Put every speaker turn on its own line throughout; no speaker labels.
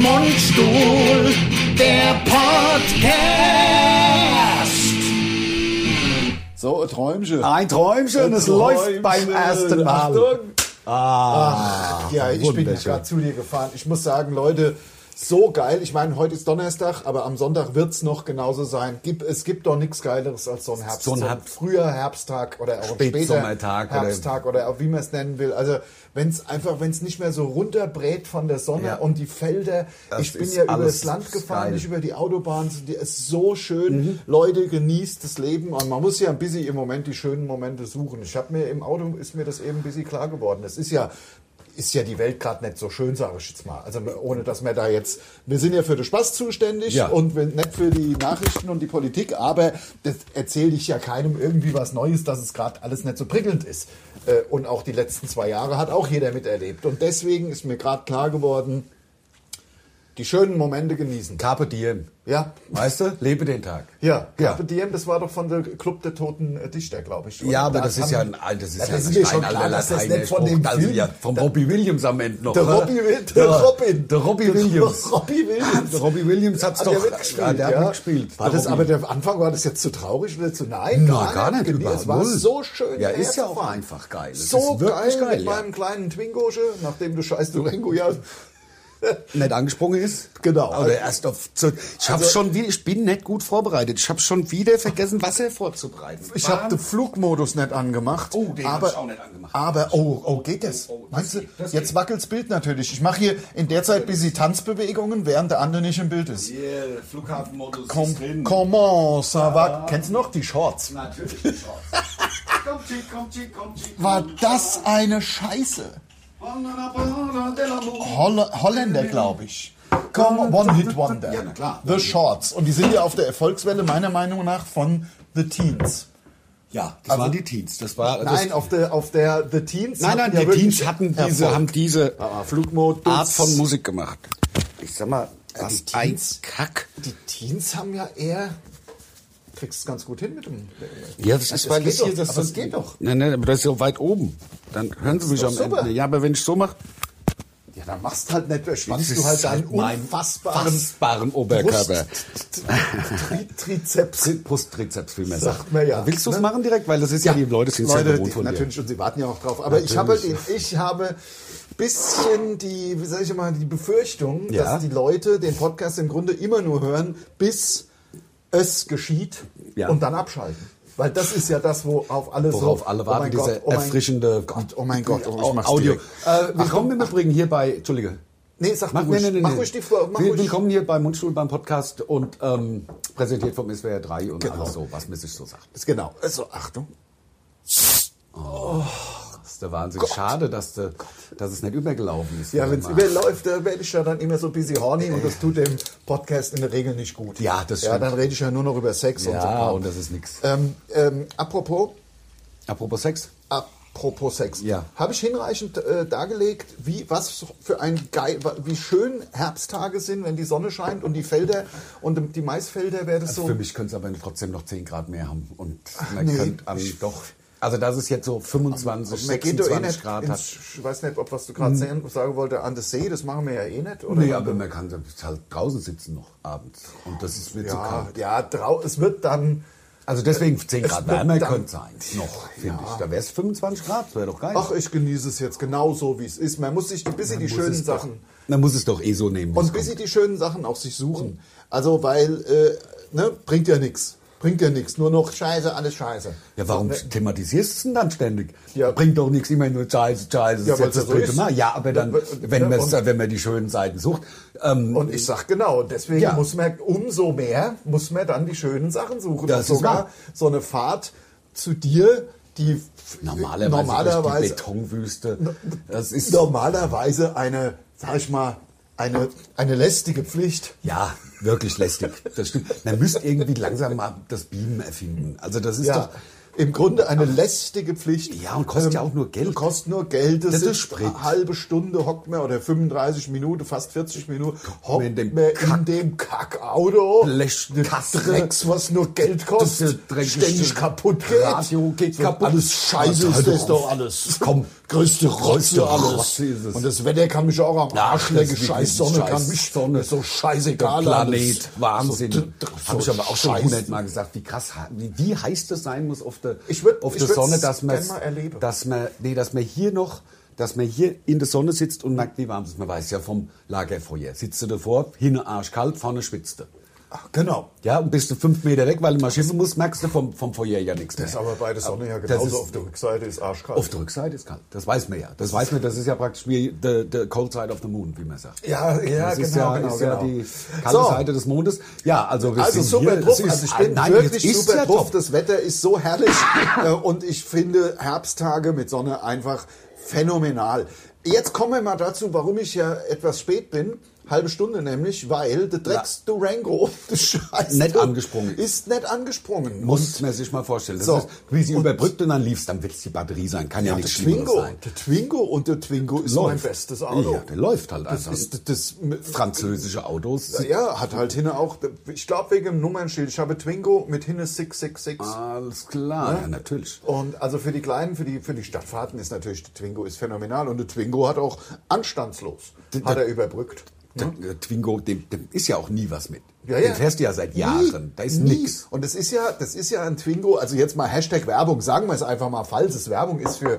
Mundstuhl, der Podcast.
So, ein Oh, Träumchen.
Ein Träumchen, es läuft beim ersten Mal.
Achtung.
Ah,
Ja, ich bin
wunderschön.
gerade zu dir gefahren. Ich muss sagen, Leute, so geil. Ich meine, heute ist Donnerstag, aber am Sonntag wird's noch genauso sein. Gib, es gibt doch nichts Geileres als so ein Herbst.
So ein Herbst-
früher Herbsttag oder auch ein später
Spätsommertag oder-
Herbsttag oder, auch wie man es nennen will. Also wenn es einfach, wenn es nicht mehr so runterbrät von der Sonne
Ja.
und die Felder.
Das
ich bin
ist
ja über
alles
das Land gefahren,
geil.
nicht über die Autobahn. Es ist so schön. Leute, genießt das Leben. Und man muss ja ein bisschen im Moment die schönen Momente suchen. Ich habe mir im Auto, ist mir das eben ein bisschen klar geworden. Das ist ja, ist ja die Welt gerade nicht so schön, sage ich jetzt mal. Also ohne, dass wir da jetzt, wir sind ja für den Spaß zuständig
Ja.
und wir- nicht für die Nachrichten und die Politik, aber das erzähle ich ja keinem irgendwie was Neues, dass es gerade alles nicht so prickelnd ist. Äh, Und auch die letzten zwei Jahre hat auch jeder miterlebt. Und deswegen ist mir gerade klar geworden, die schönen Momente genießen.
Carpe diem.
Ja,
Weißt du, lebe den Tag.
ja,
Ja.
Carpe Diem, das war doch von der Club der Toten äh, Dichter, glaube ich. oder?
Ja, aber das, ist ja
haben-
ein altes,
Ja,
das ist ja, ein
das ist mir schon
steinalter
klar, dass das
Lateiner
nicht von dem
Spruch. also,
Film-
ja, vom Robbie Williams am Ende noch.
Der
oder?
Robbie Will- der Robin.
Der Robbie
Der
Williams.
Robbie Williams.
Der Robbie Williams hat's
Hat
doch.
der mitgespielt,
ja, der hat
ja.
mitgespielt.
War
Der
das,
Robbie
aber der Anfang war das jetzt zu traurig oder zu nein?
Na, gar nicht.
Genau, Es
überhaupt
war
null.
so schön.
Ja, ist ja auch
herzufahren.
einfach geil. Es
So
ist wirklich
geil, mit
ja.
meinem kleinen Twingoche, nachdem du scheiß Durengo ja.
nicht angesprungen ist.
Genau. Also-
Oder erst auf. Zu, ich habe schon wieder, ich bin nicht gut vorbereitet. Ich habe schon wieder vergessen, Wasser vorzubereiten.
Ich habe den Flugmodus nicht angemacht.
Oh, den hab
aber,
ich auch nicht angemacht.
Aber, oh, oh, geht das?
Oh, oh,
Meinst du,
das geht, das
jetzt wackelt's Bild natürlich. Ich mache hier in der Zeit busy Tanzbewegungen, während der andere nicht im Bild ist.
Yeah, Flughafenmodus
Com comment ça va? Kennst du noch die Shorts?
Natürlich. Kommt sie, kommt sie, kommt sie.
War das eine Scheiße? Holl Holländer, glaube ich. Come on, One Hit Wonder.
Ja, na klar.
The Shorts. Und die sind ja auf der Erfolgswelle meiner Meinung nach von The Teens. Also
Ja, das waren die Teens. Das war, das,
Nein, auf der, auf der The Teens.
nein, nein,
hatten ja
die
wirklich
Teens hatten diese,
Erfolg.
haben diese
Ah, Flugmodus.
Art von Musik gemacht. Ich sag mal, was
die
ein
Teens?
Kack.
Die Teens haben ja eher. Kriegst es ganz gut hin mit dem.
Ja, das ist, weil
geht
das hier,
doch,
das,
aber es geht doch.
Nein, nein, aber das ist ja weit oben. Dann hören Sie mich am
doch super.
Ende. Ja, aber wenn ich so mache,
Ja, dann machst halt nicht, spannst
Das
du halt
ist
deinen
mein
unfassbaren,
fassbaren Oberkörper.
Brust- Tri- Trizeps.
Brusttrizeps viel mehr
Sagt man ja.
Willst du es
Ne?
machen direkt? Weil das ist ja, die Leute sind sehr gewohnt
die-
von dir.
natürlich und sie warten ja auch drauf. Aber ich habe den, ich habe bisschen die, wie sag ich mal, die Befürchtung,
Ja.
dass die Leute den Podcast im Grunde immer nur hören, bis es geschieht
Ja.
und dann abschalten. Weil das ist ja das, worauf alle
Worauf
so,
alle
oh mein
warten,
Gott,
diese
oh mein
erfrischende
Gott, oh mein Gott, oh, ich mach's
Audio. Äh,
direkt.
willkommen im Übrigen hier bei, Entschuldige.
Nee, sag
Mach,
du ruhig.
nee, nee, nee,
Mach
nee.
ruhig die Frau- mach
Will-
ruhig.
Willkommen hier bei Mundstuhl beim Podcast und ähm, präsentiert vom SWR 3 und
Genau.
alles so, was man sich so sagt.
Ist genau. Also Achtung.
Das ist der Wahnsinn. Schade, dass, de, dass es nicht übergelaufen ist.
Ja, wenn es
Mal.
überläuft, dann werde ich ja dann immer so ein bisschen horny und das tut dem Podcast in der Regel nicht gut.
Äh. Ja, das
Ja,
stimmt.
dann rede ich ja nur noch über Sex und so.
Ja,
Kram.
und das ist nichts.
Ähm, ähm, apropos,
Apropos Sex.
apropos Sex.
Ja.
Habe ich hinreichend äh, dargelegt, wie was für ein geil, wa- wie schön Herbsttage sind, wenn die Sonne scheint und die Felder und die Maisfelder wäre das so.
Also Für mich könnte es aber trotzdem noch 10 Grad mehr haben. Und man
nee,
könnte am, doch. Also, dass es jetzt so 25,
Man geht doch eh
26
nicht
Grad hat.
ins, ich weiß nicht, ob was du gerade sagen wollte, an der See, das machen wir ja eh nicht. Oder
Nee, aber man kann halt draußen sitzen noch abends. Und das ist mir zu
ja,
kalt.
ja drau es wird dann
Also deswegen 10
Es
Grad
wird
wärmer
dann-
könnte sein. Noch, finde ich. Da wäre es 25 Grad, wäre doch geil.
Ach, ich genieße es jetzt genau so, wie es ist. Man muss sich ein bisschen die
Muss
schönen
es doch-
Sachen
Man muss es doch eh so nehmen. wie
und
es
ein bisschen
kommt.
die schönen Sachen auf sich suchen. Also, weil äh, ne, bringt ja nichts, bringt ja nichts. Nur noch Scheiße, alles Scheiße.
Ja, warum
So, ne?
thematisierst du es denn dann ständig?
Ja.
Bringt doch nichts, immer nur Scheiße, Scheiße.
Ja,
das ist
weil
jetzt
das
das
so
dritte
ist.
Mal. Ja, aber dann,
Ja,
wenn,
und-
man's- wenn man die schönen Seiten sucht. Ähm,
Und ich sag genau, deswegen
Ja.
muss man umso mehr muss man dann die schönen Sachen suchen.
Das
Und
ist
sogar
wahr.
so eine Fahrt zu dir, die f-
normalerweise, durch die
normalerweise
Betonwüste. Das ist
normalerweise eine, sag ich mal, eine, eine lästige Pflicht.
Ja, wirklich lästig. Das stimmt. Man müsste irgendwie langsam mal das Beamen erfinden. Also das ist
Ja.
doch.
im Grunde eine lästige Pflicht. Ähm,
Ja, und kostet ja auch nur Geld.
Kostet nur Geld.
Das ist
sind
Sprit.
Eine halbe Stunde hockt man oder 35 Minuten, fast 40 Minuten, hockt
in
man
dem
in dem, Kackauto.
Blech-
Ne
Kack-
Drecks, was nur Geld kostet,
Das ist
ständig kaputt geht.
Radio geht
Wenn
kaputt.
Alles scheiße
Halt
ist das
auf.
doch alles.
Komm.
größte Rotze
Größte
alles.
Rotze ist es.
Und das Wetter kann mich auch am
Ja,
Arsch
das
lecken.
ist wirklich
Scheiß Sonne
scheiß
kann mich
Sonne.
Ist doch scheißegal.
Der
alles.
Planet, Wahnsinn.
So, so
Habe ich aber auch schon
scheiß-
hundertmal gesagt, wie krass, wie, wie heiß das sein muss auf der,
Ich würd-
auf
ich
der
würd's
Sonne, dass man,
gern mal erleben.
dass man, nee, dass man hier noch, dass man hier in der Sonne sitzt und merkt, wie warm es ist. Man weiß ja vom Lagerfeuer. Sitzt du davor, hinten arschkalt, vorne schwitzt du.
Ach, Genau.
Ja, und bist du fünf Meter weg, weil du mal schiffen musst, merkst du vom, vom Feuer ja nichts mehr.
Das ist aber bei der Sonne ja
Äh, Das
genauso.
ist-
auf der Rückseite ist arschkalt.
Auf der Rückseite ist kalt. Das weiß man ja. Das weiß man, das ist ja praktisch wie the, the cold side of the moon, wie man sagt.
ja, ja,
das
genau,
ist ja,
genau,
ist
genau.
ja die kalte
So.
Seite des Mondes. Ja, also wir
Also
sind
super
hier,
drauf,
es ist-
also ich bin
nein,
wirklich
jetzt ist
super
ja
drauf.
top.
Das Wetter ist so herrlich äh, und ich finde Herbsttage mit Sonne einfach phänomenal. Jetzt kommen wir mal dazu, warum ich ja etwas spät bin. Halbe Stunde nämlich, weil der Drecks Durango der Scheiß
Nicht angesprungen.
ist nicht angesprungen.
Muss man sich mal vorstellen. Das
So.
heißt, wie sie
Und-
überbrückt und dann liefst, dann wird die Batterie sein. Kann ja,
ja, der
nichts Schlimmeres
Twingo,
sein.
der Twingo und der Twingo ist mein bestes Auto.
Ja, der läuft halt
das
einfach.
ist das
Französische Autos sind
ja, hat halt hinne auch, ich glaube wegen dem Nummernschild, ich habe Twingo mit hinne 666.
alles klar. Ja, natürlich.
Und also für die Kleinen, für die, für die Stadtfahrten ist natürlich der Twingo ist phänomenal und der Twingo hat auch anstandslos, hat er überbrückt.
Der, der Twingo, dem, dem ist ja auch nie was mit.
Ja, ja.
Den fährst du ja seit Jahren.
Nie,
da ist
nie.
nichts.
Und das ist ja, das ist ja ein Twingo, also jetzt mal Hashtag Werbung, sagen wir es einfach mal, falls es Werbung ist für,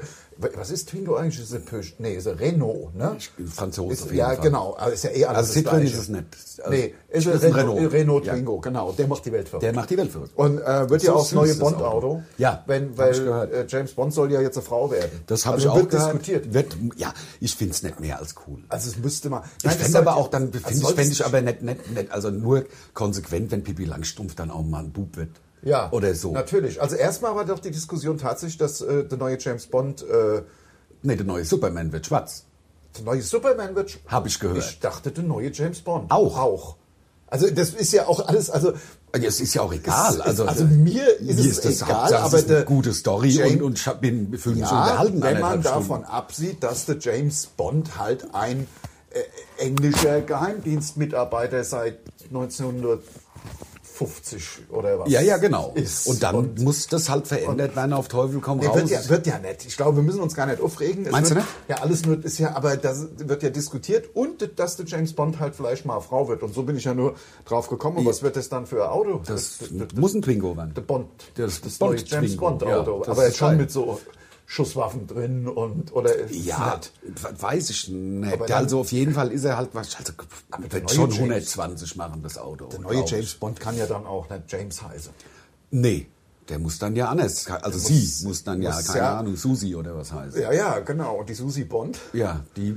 was ist Twingo eigentlich? Ist ein Peugeot, nee, ist ein Renault, ne?
Franzose
Ist,
auf jeden
ja,
Fall.
genau, aber ist ja eh alles
Also
das
Citroën
Gleiche.
ist es nicht. Also
nee, ist
ich
ein
weiß ein
Renault,
Renault.
Renault
Ja.
Twingo, genau, der macht die Welt verrückt.
Der macht die Welt verrückt.
Und äh, wird ja
So
auch das
süß,
neue
das Auto.
Bond-Auto.
Ja,
Wenn,
hab
weil
ich gehört.
Äh, James Bond soll ja jetzt eine Frau werden.
das habe
also
ich auch
wird
gehört.
diskutiert.
Wird, ja, ich finde es nicht mehr als cool.
Also es müsste mal.
Ich
Nein, das
fände aber
sollte-
auch dann,
das
finde ich,
sollte-
fänd ich aber nicht, nicht, nicht, also nur konsequent, wenn Pippi Langstrumpf dann auch mal ein Bub wird.
Ja,
Oder so.
Natürlich. Also erstmal war doch die Diskussion tatsächlich, dass äh, der neue James Bond, äh,
Nee, der neue Superman wird schwarz.
der neue Superman wird. sch-
Habe ich gehört.
Ich dachte, der neue James Bond.
Auch.
Auch. Also das ist ja auch alles. Also
Es ist ja auch egal.
Es- es-
also,
also mir ist es
das
egal,
Hauptsache,
aber
es ist eine
der
gute Story
Jane-
und, und ich hab- bin fühle mich
ja,
unterhalten.
wenn man
anderthalb
davon
Stunden.
absieht, dass der James Bond halt ein äh, englischer Geheimdienstmitarbeiter seit 1950 oder was.
Ja, ja, genau.
Ist.
Und dann muss das halt verändert werden auf Teufel komm
Nee,
raus.
wird, ja, wird ja nett. Ich glaube, wir müssen uns gar nicht aufregen. Es
Meinst du
wird,
nicht?
Ja, alles nur ist ja, aber das wird ja diskutiert und dass der James Bond halt vielleicht mal Frau wird. Und so bin ich ja nur drauf gekommen. Und was wird das dann für ein Auto?
das muss ein Twingo werden.
der Bond,
Das-
das,
das
neue
Bond-Twingo,
James Bond
ja,
Auto.
das
aber
ist
jetzt schon
geil.
mit so Schusswaffen drin und oder ist es
Ja,
nett?
we- weiß ich nicht.
dann-
also auf jeden Fall ist er halt wahrscheinlich also,
der
wird
neue
schon
James-
120 machen das Auto. oh
Der neue James Bond kann ja dann auch
ne,
nicht James heißen.
Nee, der muss dann ja anders. Also sie muss, dann ja
muss
keine
ja-
Ahnung Susi oder was heißt. Ja,
Ja, ja, genau. Und die Susi Bond,
die äh, da
die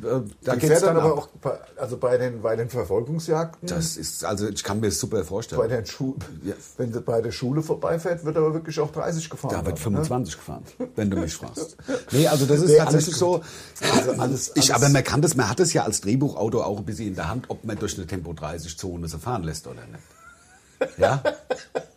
geht's
fährt dann aber
ab.
auch bei, also bei den bei den Verfolgungsjagden.
das ist also ich kann mir das super vorstellen.
bei der Schu
Ja.
Wenn sie bei der Schule vorbeifährt, wird aber wirklich auch 30 gefahren.
Da wird
aber, ne?
25 gefahren, wenn du mich fragst. Nee, also das ist
Nee, alles
tatsächlich so. ähm,
gut. Also alles- alles-
ich, aber man kann das, man hat es ja als Drehbuchautor auch ein bisschen in der Hand, ob man durch eine Tempo 30 Zone so fahren lässt oder nicht. Ja?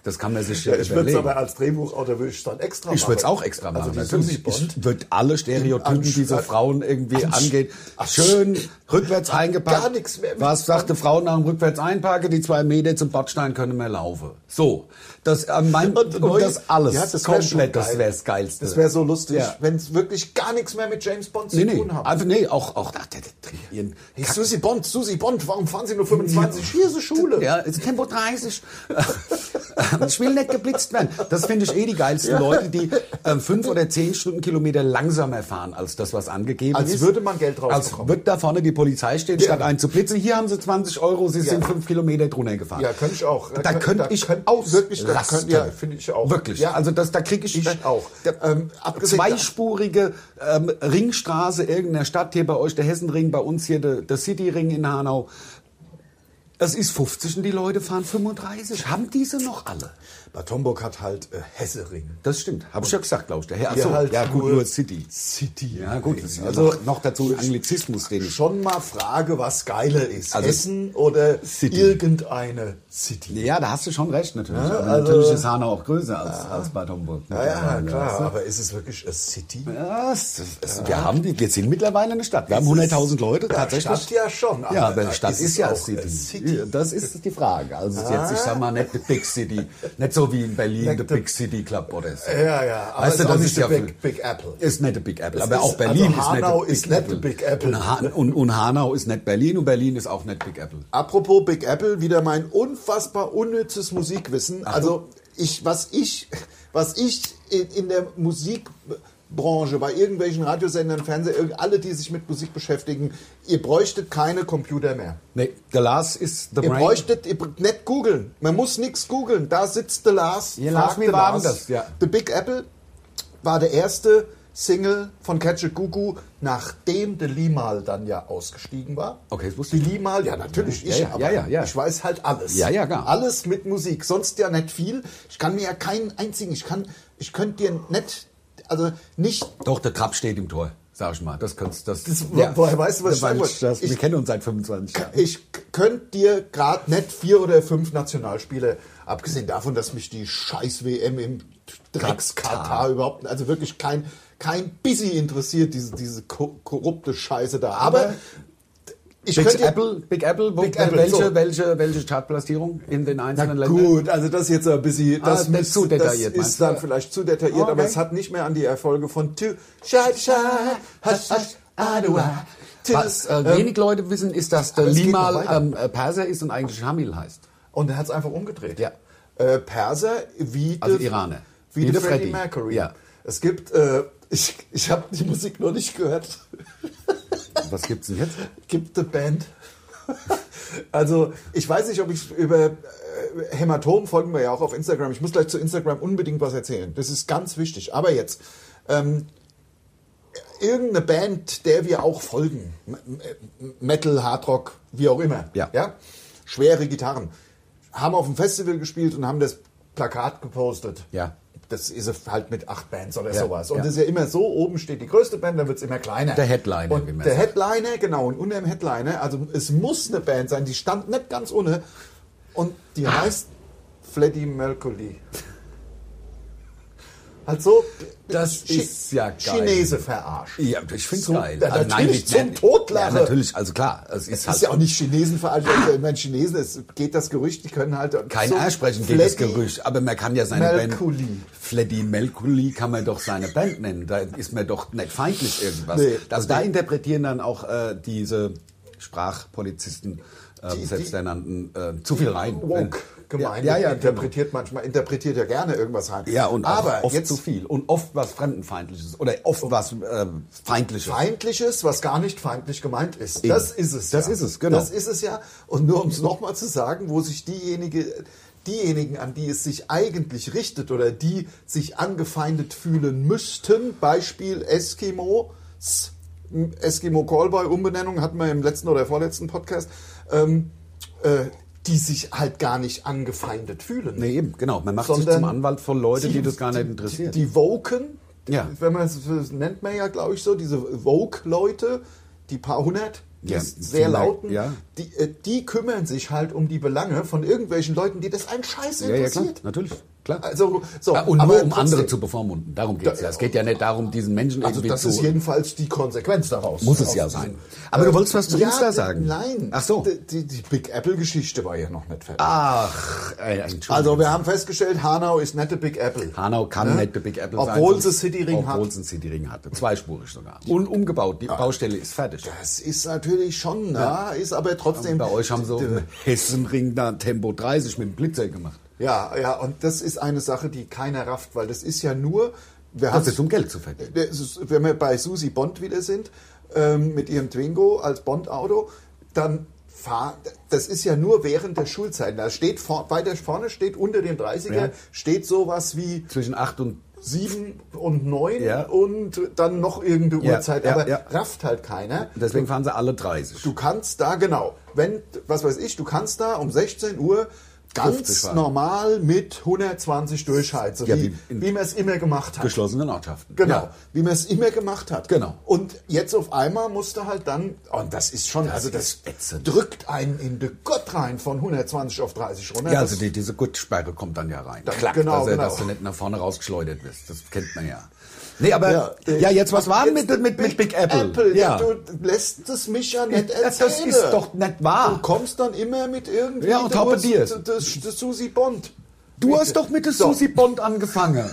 Das kann man sich ja,
Ja, ich würde es
überlegen.
aber als Drehbuchautor würde ich dann extra
Ich würde es
machen.
auch extra
Also
machen.
die
natürlich.
Susi Bond.
ich würde alle Stereotypen,
Anst-
die so Frauen irgendwie
Anst-
angehen,
Anst-
schön rückwärts eingepackt.
Gar nichts mehr.
Was sagte Frauen nach dem rückwärts einparken, die zwei Meter zum Bordstein können mehr laufen. So, das, äh, mein, und,
neu-
das alles,
Ja, das wär schon
komplett, das
geil.
wäre das Geilste.
Das wäre so lustig,
Ja.
wenn es wirklich gar nichts mehr mit James Bond zu
Nee, nee,
tun hat.
einfach, nee, auch, auch, ach, der, der, der, ihren
Hey, Susi Bond, Susi Bond, warum fahren Sie nur 25? Hier ist die Schule.
Ja, ist Tempo 30. ich Äh, will nicht geblitzt werden. Das finde ich eh die geilsten Leute, die ähm, fünf oder zehn Stundenkilometer langsamer fahren als das, was angegeben
Als
ist.
würde man Geld
Als
rausbekommen.
wird da vorne die Polizei stehen,
Ja.
statt einen zu blitzen. Hier haben sie 20 Euro, sie sind
Ja.
fünf Kilometer drunter gefahren.
Ja, könnte ich auch.
Da,
Da könnt-
könnte
da
ich
könnt-
auch
wirklich, da könnt- ja, finde ich auch.
Wirklich.
Ja.
also das, da kriege ich,
Ich auch.
Da,
Ähm, abgesehen-
zweispurige ähm, Ringstraße irgendeiner Stadt hier bei euch, der Hessenring, bei uns hier der, der Cityring in Hanau. Es ist 50 und die Leute fahren 35. Haben diese noch alle?
Bad Homburg hat halt äh, Hessering.
Das stimmt, habe ich ja gesagt, glaube ich. Der Herr,
Wir
achso,
halt
ja gut,
nur-
nur City.
City.
Ja gut, das ist
also
also noch dazu ein Anglizismus, den ich...
schon mal Frage, was geiler ist.
Also-
Essen oder
City.
irgendeine City.
Ja, da hast du schon recht, natürlich. Aber
also-
natürlich ist Hanau auch größer als, als Bad Homburg.
Ja, ja,
weißt
klar.
du?
Aber ist es wirklich a City?
also Ja, es, es, Wir, haben die, wir sind mittlerweile eine Stadt. Wir haben
Es ist-
100.000 Leute, tatsächlich.
Stadt ja schon, aber
ja, aber
ist
Stadt
es
ist, ja
auch
City.
eine City? Ah.
Das ist die Frage. Also jetzt, ich sag mal, nicht the Big City. Nicht so wie in Berlin, the,
Nicht the-
Big City Club oder so.
Ja, ja. Aber
weißt
ist
du,
auch
das
nicht
ist
the
ja...
Big- Big Apple.
Ist nicht the Big Apple.
Es
aber
ist-
auch Berlin
also Hanau
ist
ist
nicht
nicht
the
the Big Apple.
Und, Han und, und Hanau ist nicht Berlin und Berlin ist auch nicht Big Apple.
Apropos Big Apple, wieder mein unfassbar unnützes Musikwissen. Also ich, was ich, was ich in, in der Musikbranche, bei irgendwelchen Radiosendern, Fernseher, irg- alle, die sich mit Musik beschäftigen, ihr bräuchtet keine Computer mehr.
Nee, der Lars ist the
Ihr
Brain.
bräuchtet, ihr br- nicht googeln. Man muss nichts googeln. Da sitzt der Lars.
Ja,
fragt
Lars, wie
der
war denn das? Ja.
The Big Apple war der erste Single von Catch a Cuckoo, nachdem der Limal dann ja ausgestiegen war.
Okay, das wusste
Die
ich
Limal, ja natürlich,
Ja,
ich,
ja,
aber
ja, ja, ja.
ich weiß halt alles.
Ja, ja, klar.
Alles mit Musik, sonst ja nicht viel. Ich kann mir ja keinen einzigen, ich kann, ich könnte dir nicht, also nicht
Doch, der Krab steht im Tor, sag ich mal. Das kannst das,
Das- woher weißt du, was ich
weil
sagen wollte?
das, Wir
Ich-
kennen uns seit 25 Jahren.
Ich könnte dir gerade nicht vier oder fünf Nationalspiele, abgesehen davon, dass mich die scheiß WM im Dreckskatar überhaupt, also wirklich kein, kein Busy interessiert, diese, diese ko- korrupte Scheiße da. Aber ich
Big
könnte
Apple, Big Apple, wo,
Big Apple,
welche,
so.
welche, welche Chartplatzierung in den einzelnen
Na
Ländern?
gut, also das jetzt ein bisschen,
Ah,
das,
das
ist,
zu detailliert,
das
meinst
ist
du?
dann vielleicht zu detailliert,
Okay.
aber es hat nicht mehr an die Erfolge von Tü, Schei, Schei, Hasch, Hasch, Adua, Tü-
Was äh,
ähm,
wenig Leute wissen, ist, dass der
aber es geht noch
Limal
weiter.
ähm, äh, Perser ist und eigentlich Hamil heißt.
Und er hat es einfach umgedreht.
Ja.
Äh, Perser wie
Also
de-
Iraner.
Wie,
Wie
de
de
Freddie,
Freddie.
Mercury.
Ja.
Es gibt, äh, ich, ich habe die Musik noch nicht gehört,
Was gibt's denn jetzt?
gibt eine Band. Also, ich weiß nicht, ob ich über äh, Hämatom folgen wir ja auch auf Instagram. Ich muss gleich zu Instagram unbedingt was erzählen. Das ist ganz wichtig. Aber jetzt, ähm, irgendeine Band, der wir auch folgen. M- M- Metal, Hardrock, wie auch immer.
Ja.
Schwere Gitarren. Haben auf dem Festival gespielt und haben das Plakat gepostet.
Ja.
Das ist halt mit acht Bands oder
Ja,
sowas. Und
ja.
das ist ja immer so, oben steht die größte Band, dann wird es immer kleiner.
Der Headliner, wie
Und
man
der
sagt.
Headliner, genau, und unter dem Headliner, also es muss eine Band sein, die stand nicht ganz ohne. Und die
Ah.
heißt Freddie Mercury. Halt so.
Das
Chi-
ist ja geil.
Chinese verarscht.
Ja, ich find's
Zum-
geil. Also,
Ja, natürlich,
wir-
zum Totlachen.
Ja, natürlich, also klar, es ist halt
Ist ja auch nicht Chinesen verarscht. Also, Ich meine, Chinesen, es geht das Gerücht, die können halt.
Ah. kein
so
Ersprechen geht das
Freddy-
Gerücht, aber man kann ja seine
Merculi.
Band Fleddy Melkuli kann man doch seine Band nennen, da ist man doch nicht feindlich irgendwas.
Nee.
also da interpretieren dann auch äh, diese Sprachpolizisten äh,
die-
selbsternannten äh, zu viel rein.
Woke-Gemeinde
ja, ja, genau.
interpretiert manchmal, interpretiert ja gerne irgendwas rein.
Ja, und
aber
aber oft
jetzt Oh.
zu viel. Und oft was Fremdenfeindliches. Oder oft was äh, Feindliches.
Feindliches, was gar nicht feindlich gemeint ist.
Eben.
Das ist es.
Das
ja.
ist es, genau.
Das ist es ja. Und nur um es nochmal zu sagen, wo sich diejenige, diejenigen, an die es sich eigentlich richtet oder die sich angefeindet fühlen müssten, Beispiel Eskimo, Eskimo Callboy Umbenennung hatten wir im letzten oder vorletzten Podcast, ähm, äh, die sich halt gar nicht angefeindet fühlen.
Nee, eben, genau. Man macht sich
Sondern
zum Anwalt von Leuten, die
die-
das gar nicht
Die,
interessiert.
die Woken,
Ja.
wenn man es das nennt man ja, glaube ich, so, diese Woke-Leute, die paar hundert, die
Ja,
sehr
vielen Dank,
lauten,
ja.
die, äh, die kümmern sich halt um die Belange von irgendwelchen Leuten, die das einen Scheiß
ja, ja, klar,
interessiert.
natürlich. Klar.
Also, so,
Ja, und
aber
nur um
trotzdem.
andere zu bevormunden. Darum geht es ja. Es geht ja nicht darum, diesen Menschen
Also
irgendwie
das
zu...
ist jedenfalls die Konsequenz daraus.
Muss es ja
Aus-
sein. Aber du wolltest was zu
ja,
Insta
d-
sagen.
Nein.
Ach so. Ah.
D- Die, die Big Apple-Geschichte war ja noch nicht fertig.
Ach, ey, Entschuldigung.
Also wir haben festgestellt, Hanau ist nicht der Big Apple.
Hanau kann nicht der Big Apple sein.
Obwohl sie Cityring hat. Ah.
Obwohl sie einen Cityring hatte. Zweispurig sogar. Und umgebaut. Die Baustelle ist fertig.
Das ist natürlich schon nah, ist aber trotzdem.
Bei euch haben sie im Hessenring da Tempo 30 mit dem Blitzer gemacht.
Ja, ja, und das ist eine Sache, die keiner rafft, weil das ist ja nur. Wir
Das
haben's-
ist um Geld zu verdienen.
Das ist- Wenn wir bei Susi Bond wieder sind, ähm, mit ihrem Twingo als Bond-Auto, dann fahr, das ist ja nur während der Schulzeit. Da steht vor, weiter vorne, steht unter den 30er,
Ja.
steht sowas wie
Zwischen 8 und
7 und 9
Ja.
und dann noch irgendeine
Ja,
Uhrzeit,
ja,
aber
ja.
rafft halt keiner.
Deswegen fahren sie alle 30.
Du kannst da, genau, wenn, was weiß ich, du kannst da um 16 Uhr ganz
50 fahren.
normal mit 120 durchheizen,
Ja,
wie,
wie-
wie man es immer gemacht hat.
Geschlossenen Ortschaften.
Genau,
Ja.
wie man es immer gemacht hat.
Genau.
Und jetzt auf einmal musste halt dann, und das ist schon, also das
ist ätzend.
drückt einen in den Gott rein von 120 auf 30 runter.
Ja,
Das-
also die, diese Gurtsperre kommt dann ja rein.
Dann-
Klack,
genau,
dass, er,
genau.
also, dass du nicht nach vorne rausgeschleudert wirst. Das kennt man ja. Nee, aber ja,
Ja, äh,
jetzt was war mit, mit, mit Big Apple?
ja. Du lässt es mich ja nicht
Ja, das
erzählen.
ist doch nicht wahr.
Du kommst dann immer mit irgendwie...
Ja, und
der-
torpedierst.
Das, das, das Susi Bond.
Du hast doch mit der
So.
Susi Bond angefangen.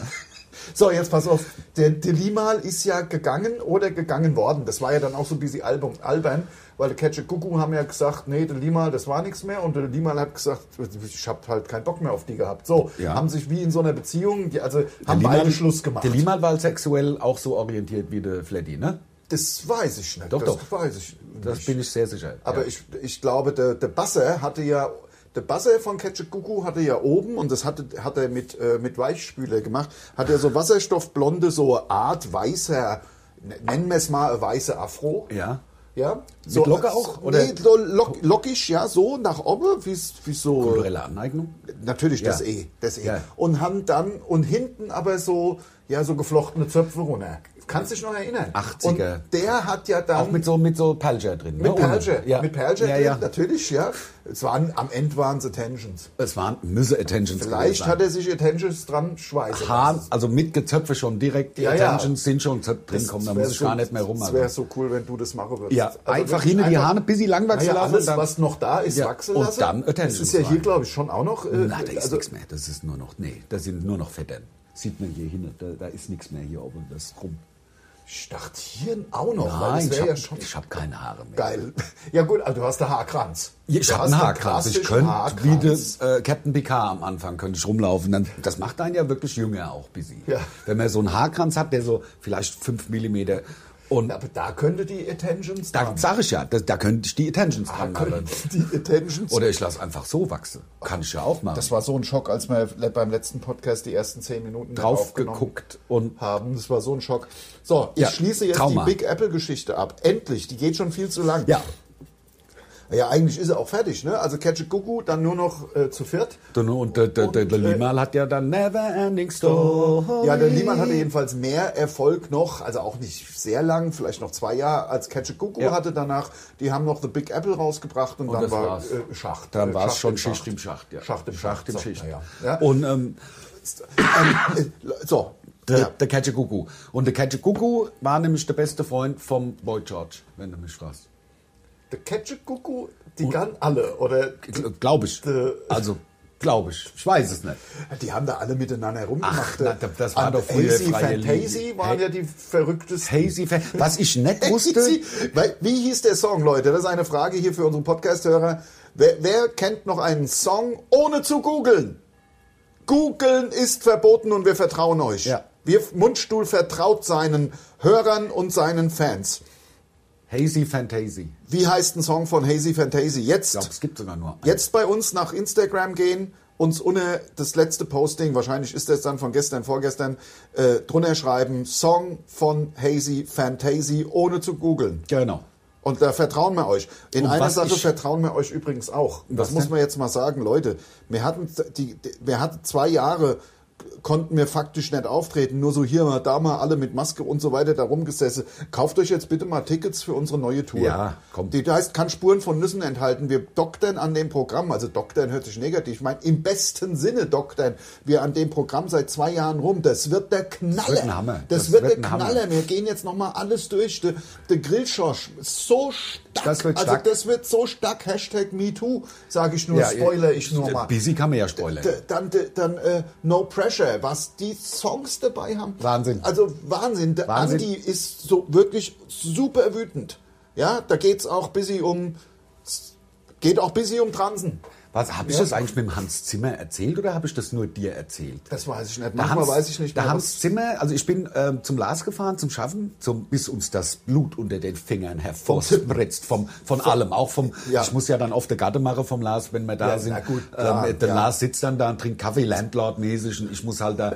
So, jetzt pass auf. Der, der Limal ist ja gegangen oder gegangen worden. Das war ja dann auch so ein bisschen Album, albern, weil der Catcher Kuku haben ja gesagt, nee, der Limal, das war nichts mehr. Und der Limal hat gesagt, ich hab halt keinen Bock mehr auf die gehabt. So,
Ja.
haben sich wie in so einer Beziehung, die, also haben
Der
beide Schluss gemacht.
Der Limal war sexuell auch so orientiert wie der Fleddy, ne?
das weiß ich nicht.
Doch,
das
doch.
weiß ich
Das
nicht.
bin ich sehr sicher.
Aber
ja.
ich, ich glaube, der, der Basser hatte ja, der Basser von Ketchukuku hatte ja oben, und das hatte, hat er mit, äh, mit Weichspüler gemacht, hat er so wasserstoffblonde, so eine Art weißer, n- nennen wir es mal eine weiße Afro.
Ja.
Ja.
Locke auch,
Nee,
oder?
so lock, lockig, ja, so nach oben, wie so.
Kulturelle Aneignung?
Natürlich, das
Ja.
eh. Das eh.
Ja.
Und haben dann, und hinten aber so, ja, so geflochtene Zöpfe runter. Kannst dich noch erinnern?
80er.
Und der hat ja dann.
Auch mit so, mit so Palger drin. ne?
Ähm, Mit
Ohne.
Perge,
Ja.
mit Perge
ja,
drin,
ja.
natürlich, ja. Es waren, am Ende waren es Attentions.
Es waren müsse Attentions.
Vielleicht
gewesen
hat er sich Attentions dran schweißen
Haar,
lassen.
also mit Gezöpfe schon direkt, die
Ja, ja.
Attentions sind schon drin kommen, da
wär
muss ich gar nicht mehr rum. also
Das wäre so cool, wenn du das machen würdest.
Ja,
Also
einfach
wirklich
hin in die
einfach-
Haare, bisschen lang wachsen
Naja,
lassen.
alles,
dann-
was noch da ist,
Ja,
wachsen
und
lassen.
dann Attentions
Das ist ja hier,
rein.
glaube ich, schon auch noch. äh,
Na, da ist
also,
nichts mehr. Das ist nur noch, nee, da sind nur noch Fettern. Sieht man hier hin, da, da ist nichts mehr hier oben, das rum.
Ich dachte, hier auch noch, Oh, weil
Nein,
das
ich
wäre
habe
ja schon
hab keine Haare mehr.
geil. Ja gut, also du hast einen Haarkranz.
Ich
Du
habe
hast
einen Haarkranz. Ich
klassischen
könnte wie
Haarkranz.
das, äh, Captain Picard am Anfang könnte ich rumlaufen. Dann, das macht einen ja wirklich jünger auch, busy.
Ja.
Wenn man so einen Haarkranz hat, der so vielleicht 5 mm und
Aber da könnte die Attentions
da
dran.
sag ich ja, da, da könnte ich die Attentions
Da
dran machen.
könnten die Attentions
Oder ich lasse einfach so wachsen. Kann ich ja auch machen.
Das war so ein Schock, als wir le- beim letzten Podcast die ersten zehn Minuten nicht
drauf
aufgenommen
geguckt und
haben. Das war so ein Schock. So, ich
Ja,
schließe jetzt
Trauma.
die Big Apple-Geschichte ab. Endlich, die geht schon viel zu lang.
ja,
ja eigentlich ist er auch fertig, ne? Also Catch a Cuckoo, dann nur noch äh, zu viert.
und, und der, der, der, der
Und, äh,
Limal hat ja dann Never Ending Story.
Ja, der Lehmann hatte jedenfalls mehr Erfolg noch, also auch nicht sehr lang, vielleicht noch zwei Jahre, als Catch a Cuckoo
Ja.
hatte danach. Die haben noch The Big Apple rausgebracht und, dann
das
war
war's.
äh, Schacht.
Dann
Äh,
war's
Schacht
schon
im
Schicht im Schacht, ja.
Schacht im Schacht.
Schacht im
so,
Schicht.
na
Ja.
Ja. Ja.
Und ähm,
Äh, so.
der,
ja.
der Katschukuku. Und der Katschukuku war nämlich der beste Freund vom Boy George, wenn du mich fragst.
Der Ketchup-Kuckuck, die kann alle, oder?
Glaube ich.
Äh.
Also, glaube ich. Ich weiß es nicht.
Die haben da alle miteinander
Ach,
rumgemacht.
na, das war
Und
doch früher
Hazy
freie
Fantasy
Liebe.
waren ja die verrücktesten.
Hazy Fan. Was ich nicht wusste,
Hazy, weil, wie hieß der Song, Leute? Das ist eine Frage hier für unsere Podcast-Hörer. Wer, wer kennt noch einen Song ohne zu googeln? Googeln ist verboten und wir vertrauen euch.
Ja.
Wir Mundstuhl vertraut seinen Hörern und seinen Fans.
Hazy Fantasy.
Wie heißt ein Song von Hazy Fantasy jetzt?
Ich glaube, es gibt sogar nur einen.
Jetzt bei uns nach Instagram gehen, uns ohne das letzte Posting, wahrscheinlich ist das dann von gestern, vorgestern, äh, drunter schreiben, Song von Hazy Fantasy, ohne zu googeln.
Genau.
Und da vertrauen wir euch. In
Und
einer
Oh, was
Sache
ich-
vertrauen wir euch übrigens auch.
Was
Das muss
denn?
man jetzt mal sagen, Leute. Wir hatten, die, die- wir hatten zwei Jahre, konnten wir faktisch nicht auftreten. Nur so hier mal, da mal, alle mit Maske und so weiter da rumgesessen. Kauft euch jetzt bitte mal Tickets für unsere neue Tour.
Ja, kommt.
Die heißt, kann Spuren von Nüssen enthalten. Wir doktern an dem Programm. Also doktern hört sich negativ. Ich meine, im besten Sinne doktern wir an dem Programm seit zwei Jahren rum. Das wird der Knaller.
Das wird ein Hammer.
Das,
Das
wird,
wird ein
der
Hammer.
Knaller. Wir gehen jetzt nochmal alles durch. Der, der Grillschorsch ist so stark.
Das wird stark.
Also das wird so stark. Hashtag MeToo, sage ich nur,
Ja,
spoiler ich nur mal.
Busy kann man ja spoilern.
D- Dann, d- dann äh, No Pressure, was die Songs dabei haben.
Wahnsinn.
Also Wahnsinn. Der
Wahnsinn.
Andi ist so wirklich super wütend. Ja, da geht's auch busy um, geht auch busy um Transen.
Was habe ich das eigentlich mit dem Hans Zimmer erzählt oder habe ich das nur dir erzählt?
Das weiß ich nicht.
Da
Manchmal
haben's-
weiß ich nicht
Da
mehr,
haben
was-
Zimmer, also ich bin ähm, zum Lars gefahren, zum Schaffen, zum, bis uns das Blut unter den Fingern hervorspritzt, vom, von allem, auch vom,
Ja.
ich muss ja dann oft der Gatte machen vom Lars, wenn wir da
Ja,
sind.
na gut, klar,
ähm, der
ja.
Lars sitzt dann da und trinkt Kaffee, Landlord-mäßig und ich muss halt da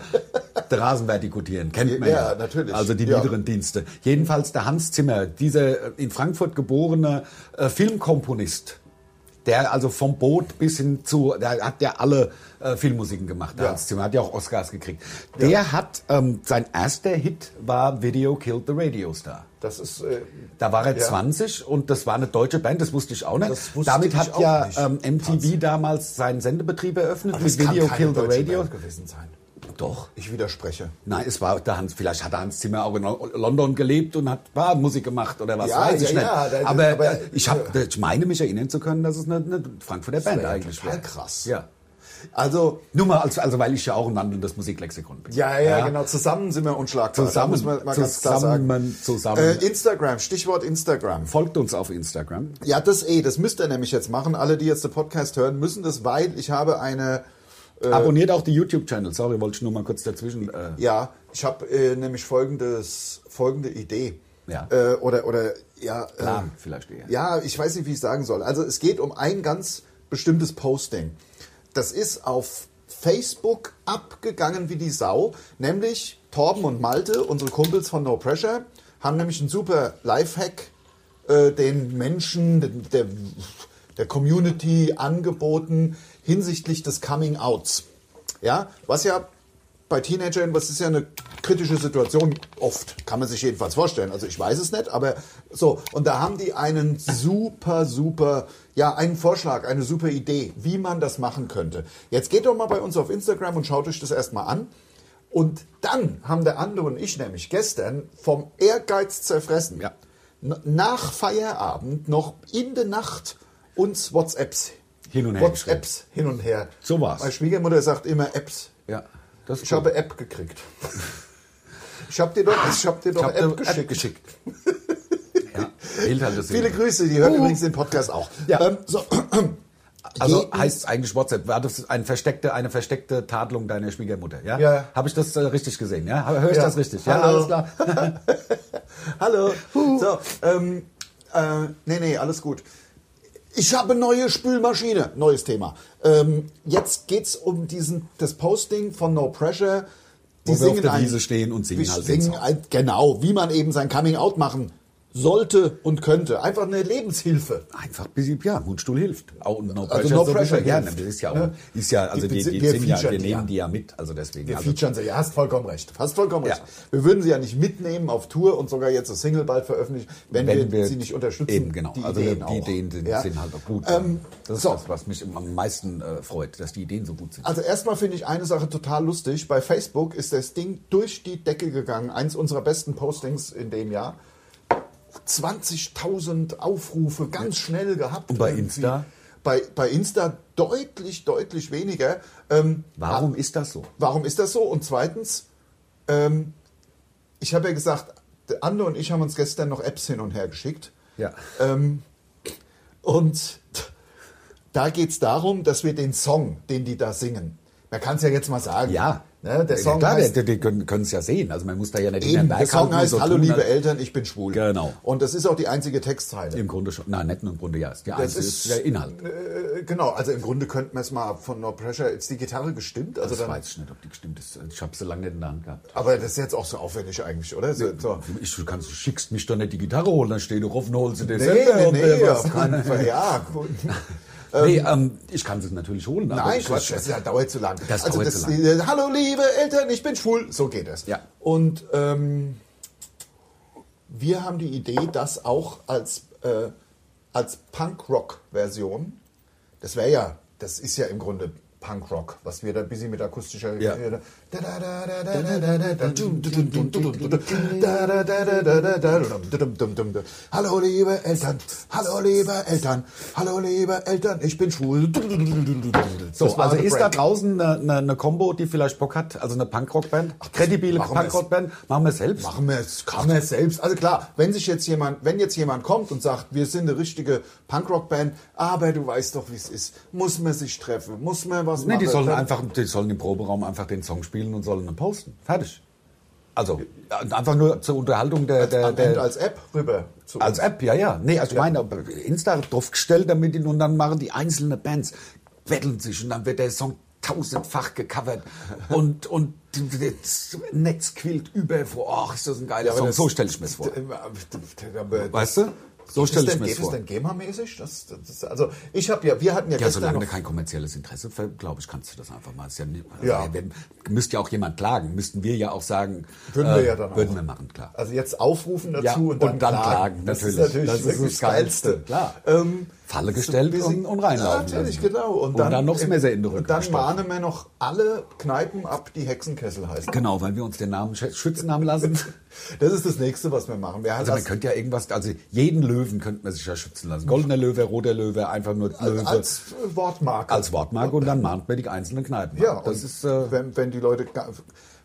den Rasen vertikutieren, kennt man ja.
Ja, natürlich.
Also die
Ja.
niederen Dienste. Jedenfalls der Hans Zimmer, dieser äh, in Frankfurt geborene äh, Filmkomponist, der also vom Boot bis hin zu, der hat ja alle äh, Filmmusiken gemacht, der
Ja.
Hans Zimmer, hat ja auch Oscars gekriegt. Der hat, ähm, sein erster Hit war Video Killed the Radio Star.
Das ist. Äh,
Da war er
Ja.
20 und das war eine deutsche Band, das wusste ich auch nicht.
Das wusste
Damit
ich
hat
auch
ja
nicht.
ähm, MTV damals seinen Sendebetrieb eröffnet
aber
mit
das kann
Video
keine
Kill the
deutsche
Radio.
Band gewesen sein.
Doch.
Ich widerspreche.
Nein, es war der Hans, vielleicht hat der Hans Zimmer auch in Lo- London gelebt und hat Barmusik gemacht oder was
Ja,
weiß ich
ja,
nicht.
ja, da-
aber,
aber-
äh, ich, hab, ich meine mich erinnern zu können, dass es eine, eine Frankfurter Band
wär ja
eigentlich war.
total krass.
Ja.
Also,
Nur mal, als, also weil ich ja auch ein wandelndes Musiklexikon bin.
ja, ja, genau. Zusammen sind wir unschlagbar.
Zusammen,
da muss man mal ganz klar sagen.
zusammen, zusammen.
Äh, Instagram, Stichwort Instagram.
Folgt uns auf Instagram.
Ja, das eh, das müsst ihr nämlich jetzt machen. Alle, die jetzt den Podcast hören, müssen das, weil ich habe eine, Äh,
Abonniert auch die YouTube-Channel. Sorry, wollte ich nur mal kurz dazwischen. Äh,
ja, ich habe äh, nämlich folgendes, folgende Idee.
Ja.
Äh, oder, oder, ja. äh,
Plan vielleicht eher.
Ja, ich weiß nicht, wie ich sagen soll. Also es geht um ein ganz bestimmtes Posting. Das ist auf Facebook abgegangen wie die Sau, nämlich Torben und Malte, unsere Kumpels von No Pressure, haben nämlich einen super Lifehack äh, den Menschen, den- der, der Community angeboten hinsichtlich des Coming Outs. Ja, was ja bei Teenagern, was ist ja eine kritische Situation oft, kann man sich jedenfalls vorstellen. Also ich weiß es nicht, aber so. Und da haben die einen super, super, ja, einen Vorschlag, eine super Idee, wie man das machen könnte. Jetzt geht doch mal bei uns auf Instagram und schaut euch das erstmal an. Und dann haben der andere und ich nämlich gestern vom Ehrgeiz zerfressen.
Ja.
N- Nach Feierabend noch in der Nacht uns WhatsApps
Hin und her
WhatsApps hin und her.
So war's.
Meine Schwiegermutter sagt immer Apps.
Ja, das
Ich habe App gekriegt. Ich habe dir doch, ich hab dir doch App, geschickt.
geschickt. ja, fehlt halt das
Viele
Sinn.
Grüße, die hören übrigens den Podcast auch.
Ja.
Ähm, so,
Also
jeden-
heißt es eigentlich WhatsApp. War das ein versteckte, eine versteckte Tadelung deiner Schwiegermutter? Ja.
Ja, ja.
Habe ich das äh, richtig gesehen? Ja. Höre ich
Ja.
das richtig? Ja,
Hallo.
alles klar. Uh.
Hallo. So, ähm, äh, nee, nee, alles gut. Ich habe neue Spülmaschine. Neues Thema. Ähm, jetzt geht's um diesen, das Posting von No Pressure. Die
Wo wir auf der
ein-
Wiese stehen und singen
wir
halt den
singen
Song.
ein, genau, wie man eben sein Coming Out machen sollte und könnte. Einfach eine Lebenshilfe.
Einfach, bis- ja, Mundstuhl hilft. Auch und No Pressure,
No
sowieso
Pressure
gerne.
hilft.
Das ist ja, auch,
Ja.
ist ja also die,
Die-
die,
wir
sind ja, wir
featuren die ja.
nehmen die ja mit. Also deswegen.
Wir
also,
featuren sie, ja, hast vollkommen recht. Hast vollkommen
Ja.
recht. Wir würden sie ja nicht mitnehmen auf Tour und sogar jetzt das Single bald veröffentlichen, wenn, wir, sie nicht unterstützen.
Eben, genau.
Die
also
Ideen
die
auch.
Ideen sind,
Ja.
sind halt auch gut.
Ähm,
das ist
so.
das, was mich am meisten äh, freut, dass die Ideen so gut sind.
Also erstmal finde ich eine Sache total lustig. Bei Facebook ist das Ding durch die Decke gegangen. Eins unserer besten Postings in dem Jahr. 20.000 Aufrufe ganz schnell gehabt.
Und bei
irgendwie.
Insta?
Bei, bei Insta deutlich, deutlich weniger. Ähm,
Warum ist das so?
Warum ist das so? Und zweitens, ähm, ich habe ja gesagt, der Ande und ich haben uns gestern noch Apps hin und her geschickt.
Ja.
Ähm, und da geht es darum, dass wir den Song, den die da singen, man kann es ja jetzt mal sagen.
Ja.
Ne, der
Ja,
Song
Klar,
heißt,
die, die können es ja sehen. Also man muss da ja nicht den
eben, der Song heißt Hallo liebe
Eltern.
Eltern, ich bin schwul.
ne? Genau.
Und das ist auch die einzige Textzeile.
Im Grunde schon. Nein, nicht nur im Grunde ja. Ist der,
Das
einzige,
ist-
ist der Inhalt.
Äh, genau, also im Grunde könnten wir es mal von No Pressure, ist die Gitarre gestimmt? Also
Das
dann,
weiß ich nicht, ob die gestimmt ist. Ich habe sie lange nicht in der Hand gehabt.
aber das ist jetzt auch so aufwendig eigentlich, oder? So, so.
Ich, du kannst, du schickst mich doch nicht die Gitarre holen, dann steh doch auf und holst du dir
Nee,
selber.
nee,
und, äh,
nee,
was-
auf keinen Fall. Ja, gut.
nee ähm, ich kann sie natürlich holen. aber
Nein,
ich,
Quatsch, das ja, dauert zu lang.
Das dauert zu lang.
äh, Hallo, liebe Eltern, ich bin schwul. So geht es.
Ja.
Und ähm, wir haben die Idee, das auch als, äh, als Punk-Rock-Version, das wäre ja, das ist ja im Grunde Punk-Rock, was wir da ein bisschen mit akustischer...
Ja.
Hallo, liebe Eltern, hallo, liebe Eltern, hallo, liebe Eltern, ich bin schwul.
So,
Das war
also
The
ist da
Break.
draußen eine, eine, eine Combo, die vielleicht Bock hat, also eine Punkrock-Band, kredibile
machen wir's.
Punkrock-Band, machen wir es selbst.
Machen wir es, kann man es selbst. Also klar, wenn sich jetzt jemand, wenn jetzt jemand kommt und sagt, wir sind eine richtige Punkrock-Band, aber du weißt doch, wie es ist, muss man sich treffen, muss man was
Nee,
machen.
die sollen
Dann-
einfach, die sollen im Proberaum einfach den Song spielen und sollen ihn posten. Fertig. Also ja, einfach nur zur Unterhaltung der, Äh, der,
am Ende
der
als App rüber. Zu
als App, ja, ja. Nee, also ich meine, Insta draufgestellt damit ihn, und dann machen die einzelnen Bands, betteln sich und dann wird der Song tausendfach gecovert und, und das Netz quillt über vor, ach, ist das ein geiler
ähm, aber
Song.
das-
So stelle ich mir es vor.
Aber-
Weißt du? So stelle ich
Ist denn,
mir es
geht es
vor.
denn GEMA-mäßig? Das, das, das, also ich habe ja, wir hatten ja,
Ja, also
gestern
solange
noch,
du kein kommerzielles Interesse, glaube ich, kannst du das einfach mal. Ist ja, nicht,
Ja.
Wenn, müsste ja auch jemand klagen, müssten wir ja auch sagen. äh,
Würden wir ja dann
Würden
auch.
wir machen, klar.
also jetzt aufrufen dazu
Ja,
und dann,
und dann klagen,
Das ist
natürlich.
natürlich
Das ist das
wirklich
Geilste,
Klar.
klar.
Ähm,
Falle
so
gestellt
busy-
und, und reinlaufen.
Ja, natürlich,
lassen.
genau. Und,
dann, noch das Messer in den Rücken.
Und dann
gestochen.
mahnen wir noch alle Kneipen ab, die Hexenkessel heißen.
Genau, weil wir uns den Namen sch- schützen haben lassen.
Das ist das Nächste, was wir machen. Wir
Also man
lassen-
könnte ja irgendwas, also jeden Löwen könnte man sich ja schützen lassen. Goldener Löwe, roter Löwe, einfach nur Löwe als,
als Wortmarke.
Wortmarke und dann mahnt man die einzelnen Kneipen.
Ja,
das
und
ist äh,
wenn, wenn die Leute, ga-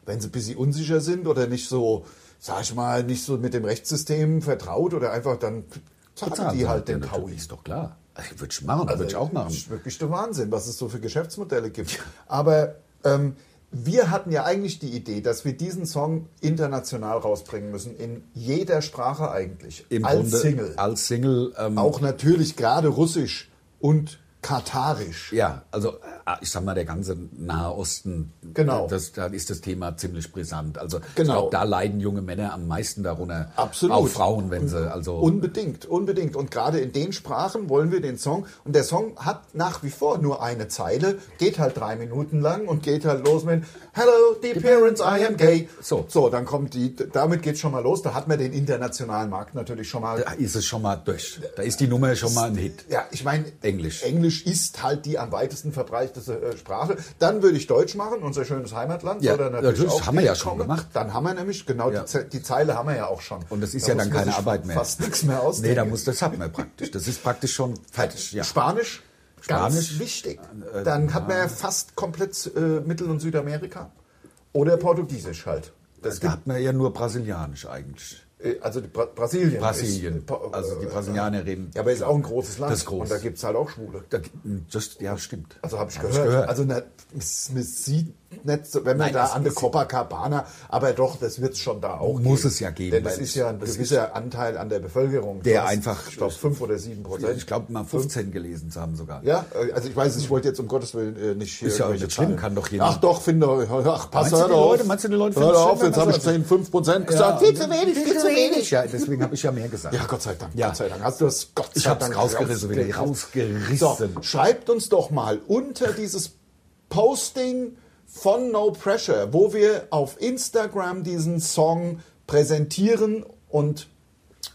wenn sie ein bisschen unsicher sind oder nicht so, sag ich mal, nicht so mit dem Rechtssystem vertraut oder einfach dann zahlen die halt den Also Taui.
Ist doch klar. Würde ich machen, würde ich auch machen.
Das ist wirklich der Wahnsinn, was es so für Geschäftsmodelle gibt. Aber ähm, wir hatten ja eigentlich die Idee, dass wir diesen Song international rausbringen müssen, in jeder Sprache eigentlich, als Single.
Als Single. Ähm,
Auch natürlich gerade Russisch und Katarisch.
Ja, also äh, ich sag mal, der ganze Nahe Osten,
Genau.
äh, das, da ist das Thema ziemlich brisant. Also ich
Genau.
glaube, da leiden junge Männer am meisten darunter.
Absolut.
Auch Frauen, wenn sie, also
Unbedingt, unbedingt. Und gerade in den Sprachen wollen wir den Song. Und der Song hat nach wie vor nur eine Zeile, geht halt drei Minuten lang und geht halt los mit Hello, dear parents, I am gay.
So.
so dann kommt die, damit geht's schon mal los. Da hat man den internationalen Markt natürlich schon mal.
da ist es schon mal durch. Da ist die Nummer schon mal ein Hit.
Ja, ich meine,
Englisch.
Englisch ist halt die am weitesten verbreitete äh, Sprache. Dann würde ich Deutsch machen, unser schönes Heimatland.
Ja,
soll da
natürlich, haben wir ja schon
hinkommen.
gemacht.
Dann haben wir nämlich, genau,
Ja.
die, Ze die Zeile haben wir ja auch schon.
Und das ist
Da
ja dann
muss man
keine
sich
Arbeit mehr.
Fast nichts mehr ausdenken.
Nee, da muss das hat man praktisch. Das ist praktisch schon fertig. Ja.
Spanisch, ganz
Spanisch. Äh,
wichtig. Dann hat man ja fast komplett äh, Mittel- und Südamerika. Oder Portugiesisch halt. Das
Da
gibt,
hat man ja nur brasilianisch eigentlich.
äh, also die Bra Brasilien.
Brasilien.
Ist, äh, po-
Also die
äh,
Brasilianer reden.
Ja, aber ist auch ein großes Land.
Das ist groß.
Und da gibt es halt auch Schwule.
Da- Das, ja, stimmt.
Also habe ich,
Hab
gehört. Also na, es- man sieht nicht, so, wenn man
Nein,
da
es-
an der
es-
Copacabana, aber doch, das wird es schon da auch
Muss
geben.
es ja geben,
Denn das
weil
ist ja ein
das
gewisser Anteil an der Bevölkerung.
Der
Du hast,
einfach-
Ich glaube, 5 oder 7 Prozent.
ich glaube mal 15 gelesen zu haben sogar.
Ja, äh, also ich weiß es, ich wollte jetzt um Gottes Willen äh, nicht hier
Ist ja auch
irgendwelche
nicht schlimm,
Zahlen.
kann doch jeder-
Ach doch, finde, ach,
Meinst
pass
du,
hör
die
doch auf.
Leute- meinst du, die Leute
hör
finden es
doch auf,
schlimm,
jetzt
wenn
habe
man
ich 10, 5 Prozent gesagt. Viel zu wenig, viel zu wenig.
Ja, deswegen habe ich ja mehr gesagt.
Ja, Gott sei Dank,
Ja.
Gott sei Dank. Hast du das Gott sei
Ich hab's
Dank
rausgerissen, Willi, rausgerissen.
So, schreibt uns doch mal unter dieses Posting von No Pressure, wo wir auf Instagram diesen Song präsentieren und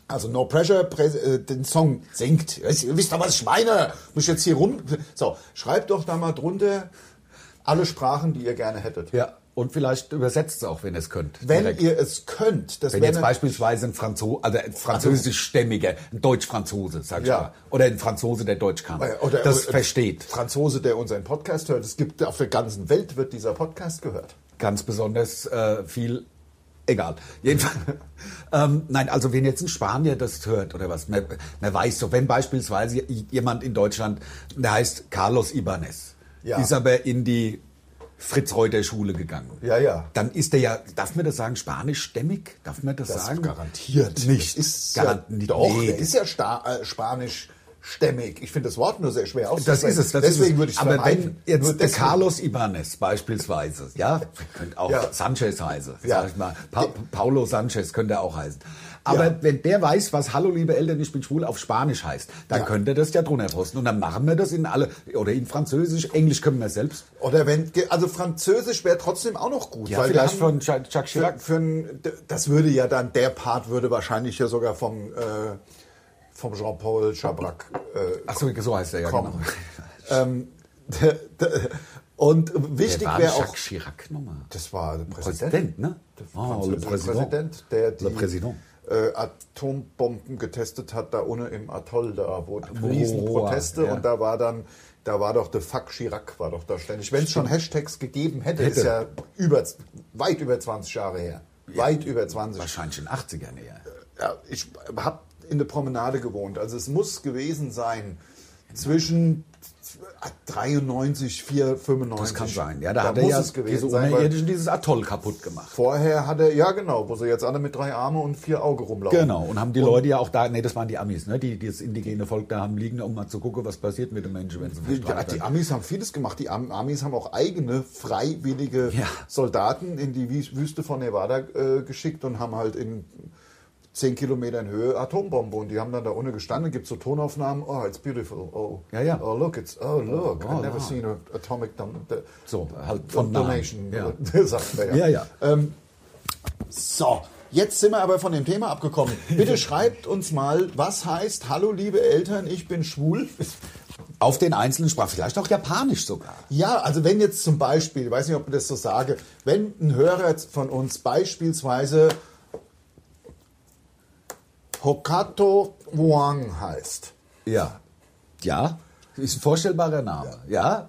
also No Pressure prä- äh, den Song singt. Ihr wisst- Ihr wisst doch, was ich meine. Muss ich jetzt hier rum... So, schreibt doch da mal drunter alle Sprachen, die ihr gerne hättet.
Ja, und vielleicht übersetzt es auch, wenn ihr es könnt.
Wenn
Direkt.
ihr es könnt, das
wenn
wäre
jetzt
eine-
beispielsweise ein Franzose, also ein französischstämmiger, ein Deutsch-Franzose, sag ich
Ja.
mal, oder ein Franzose, der Deutsch kann,
Äh, Oder,
das
oder,
versteht.
Franzose, der unseren Podcast hört. Es gibt auf der ganzen Welt wird dieser Podcast gehört.
Ganz besonders äh, viel, egal. Jedenfalls, ähm, nein, also wenn jetzt ein Spanier das hört oder was, man, man weiß so, wenn beispielsweise j- jemand in Deutschland, der heißt Carlos Ibanez,
Ja.
ist aber in die Fritz-Reuter-Schule gegangen.
Ja, ja.
Dann ist er ja, darf man das sagen, spanischstämmig? Darf man das, sagen? Nicht.
Das ist
Garant-
ja,
nicht-
doch,
nee.
der ist ja sta äh, spanisch stämmig. Ich finde das Wort nur sehr schwer
Das
auszusprechen.
ist es. Das
deswegen
ist es.
würde ich es
Aber wenn
vermeiden. Nur
jetzt der
deswegen.
Carlos Ibanez beispielsweise, ja, könnte auch
Ja.
Sanchez heißen,
Ja.
sag ich mal. Pa Paulo Sanchez könnte er auch heißen. Aber
Ja.
wenn der weiß, was Hallo liebe Eltern, ich bin schwul auf Spanisch heißt, dann
Ja.
könnte er das ja drunter posten. Und dann machen wir das in alle, oder in Französisch, Englisch können wir selbst.
Oder wenn, ge- also Französisch wäre trotzdem auch noch gut.
Ja,
weil wir
vielleicht
haben-
von Jacques Chirac.
Für, für ein, d- das würde ja dann, der Part würde wahrscheinlich ja sogar vom, äh, vom Jean-Paul Chabrac äh,
Ach so, so heißt er ja,
kommen.
genau.
ähm, d- d- und wichtig
war
wäre
Jacques
auch.
Chirac nochmal.
Das war der Präsident.
Präsident, ne?
Der
Oh, le
französische
Président.
Präsident, der die
Le Président.
Äh, Atombomben getestet hat, da ohne im Atoll da, wo
wo-
Riesenproteste
ja.
und da war dann, da war doch der Fuck Chirac war doch da ständig. Wenn es schon Hashtags gegeben hätte,
Hätte.
ist ja über, weit über 20 Jahre her. Weit über 20.
Wahrscheinlich in den 80ern eher.
Ja, ich habe in der Promenade gewohnt. Also es muss gewesen sein zwischen 93, 4, 95.
Das kann sein. Ja, da, hat er
muss
ja
es gewesen
diese
sein. weil-
Unterirdischen dieses Atoll kaputt gemacht.
Vorher hat er, ja genau, wo sie jetzt alle mit drei Arme und vier Augen rumlaufen.
Genau, und haben die Leute ja auch da, nee, das waren die Amis, ne, die, die das indigene Volk da haben liegen, um mal zu gucken, was passiert mit den Menschen, wenn sie
Ja,
verstrahlt
die
werden.
Amis haben vieles gemacht. Die Am- Amis haben auch eigene freiwillige
Ja.
Soldaten in die Wies- Wüste von Nevada äh, geschickt und haben halt in 10 Kilometer in Höhe Atombombe und die haben dann da unten gestanden, gibt so Tonaufnahmen, oh, it's beautiful, oh,
Ja, ja.
oh look, it's, oh, look,
Oh,
I've never
wow.
seen an atomic dom
So, halt von nahem.
donation,
Ja.
sagt man
Ja, ja.
Ähm, so, jetzt sind wir aber von dem Thema abgekommen. Bitte schreibt uns mal, was heißt, hallo liebe Eltern, ich bin schwul.
Auf den einzelnen Sprachen, vielleicht auch Japanisch sogar.
Ja, also wenn jetzt zum Beispiel, ich weiß nicht, ob ich das so sage, wenn ein Hörer jetzt von uns beispielsweise Hokato Wang heißt,
Ja. Ja, ist ein vorstellbarer Name. Ja.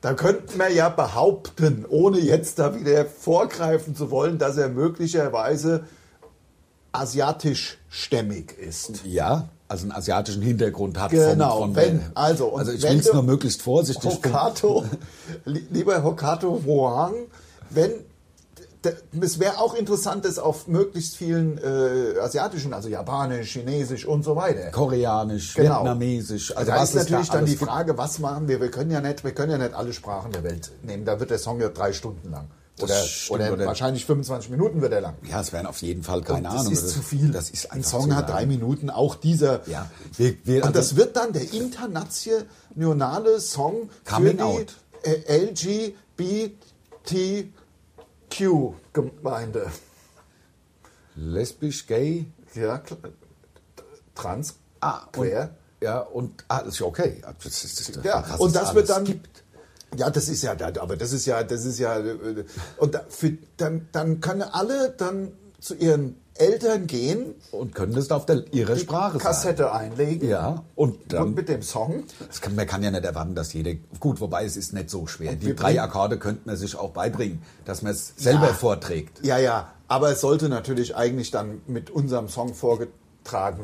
dann könnten wir ja behaupten, ohne jetzt da wieder vorgreifen zu wollen, dass er möglicherweise asiatischstämmig ist.
Ja. Also einen asiatischen Hintergrund hat
Genau,
von, von
wenn- also, und
also ich
wenn
will es
du-
nur möglichst vorsichtig
Hokato, li- lieber Hokato Wang, wenn d- d- es wäre auch interessant, das auf möglichst vielen äh, asiatischen, also japanisch, chinesisch und so weiter.
koreanisch,
Genau.
vietnamesisch, also
Also da
was es
ist
da
natürlich dann
alles
die
gibt.
Frage, was machen wir? Wir können ja nicht, wir können ja nicht alle Sprachen der Welt nehmen. Da wird der Song ja drei Stunden lang.
Das
Oder,
stimmt,
oder,
oder-
wahrscheinlich 25 Minuten wird er lang.
Ja, es wären auf jeden Fall keine
Und
Ahnung. also
Das ist zu viel.
Das ist
ein
einfach
Song
zu
hat drei
lang.
Minuten, auch dieser.
Ja, wir, wir,
Und das
also-
wird dann der internationale Song
Coming
für
out.
die äh, LGBTQ-Gemeinde.
lesbisch, gay.
Ja, kl- trans,
Ah, und,
quer.
ja, und ah, das ist ja okay. Das ist, das ist,
Ja,
was
und
es
das wird
alles
dann.
Gibt.
Ja, das ist ja, da- aber das ist ja, das ist ja, äh, und da, für, dann, dann können alle dann zu ihren Eltern gehen,
Und können das auf der, ihrer Sprache
Kassette einlegen
sein. Ja, und
und
dann.
mit dem Song.
Das kann, man kann ja nicht erwarten, dass jeder. Gut, wobei es ist nicht so schwer. Die
wir
drei
bringen-
Akkorde könnte man sich auch beibringen, dass man es selber
Ja.
vorträgt.
Ja, ja, aber es sollte natürlich eigentlich dann mit unserem Song vorgetragen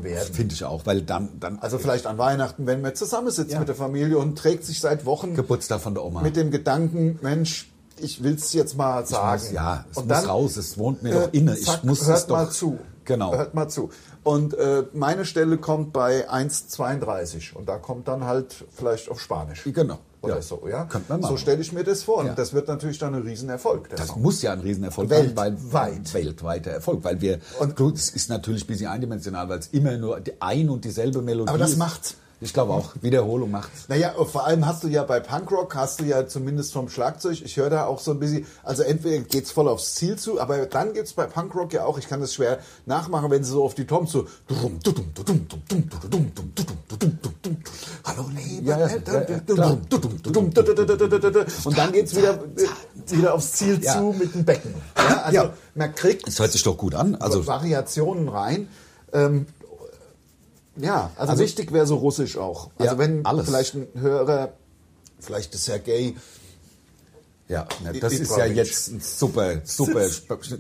werden.
Finde ich auch, weil dann. dann
Also vielleicht an Weihnachten, wenn man zusammensitzt
Ja.
mit der Familie und trägt sich seit Wochen
Geburtstag von der Oma.
mit dem Gedanken, Mensch, ich will es jetzt mal sagen.
muss, ja, es
und
muss
dann,
raus, es wohnt mir doch
äh,
inne. Ich
zack,
muss
hört
es doch.
mal zu.
Genau.
Hört mal zu. Und äh, meine Stelle kommt bei 1,32 und da kommt dann halt vielleicht auf Spanisch.
Genau.
Oder
Ja.
so, ja.
Könnte man
so
machen.
stelle ich mir das vor. Und
Ja.
das wird natürlich dann ein Riesenerfolg. der
Das
Song.
muss ja ein Riesenerfolg sein, weil
Genau. Weltweit.
weltweiter Erfolg, weil wir
Und-
und es ist natürlich ein bisschen eindimensional, weil es immer nur die ein und dieselbe Melodie
Aber das
ist.
macht's.
Ich glaube auch, Wiederholung macht's.
Naja, vor allem hast du ja bei Punkrock, hast du ja zumindest vom Schlagzeug, ich höre da auch so ein bisschen, also entweder geht's voll aufs Ziel zu, aber dann gibt's bei Punkrock ja auch, ich kann das schwer nachmachen, wenn sie so auf die Toms so Hallo Leben,
Ja, ja,
Eltern,
ja, ja, klar.
und dann geht's wieder, wieder aufs Ziel
Ja.
zu mit dem Becken. Ja, also
Ja.
man kriegt
Das hört sich doch gut an. Also
Variationen rein. Ähm, ja, also,
Also-
wichtig wäre so Russisch auch.
Ja,
Also wenn
alles.
vielleicht ein Hörer, vielleicht ist ja gay,
ja, na, das
I-
ist ja
Ibrahimovic.
jetzt ein super, super,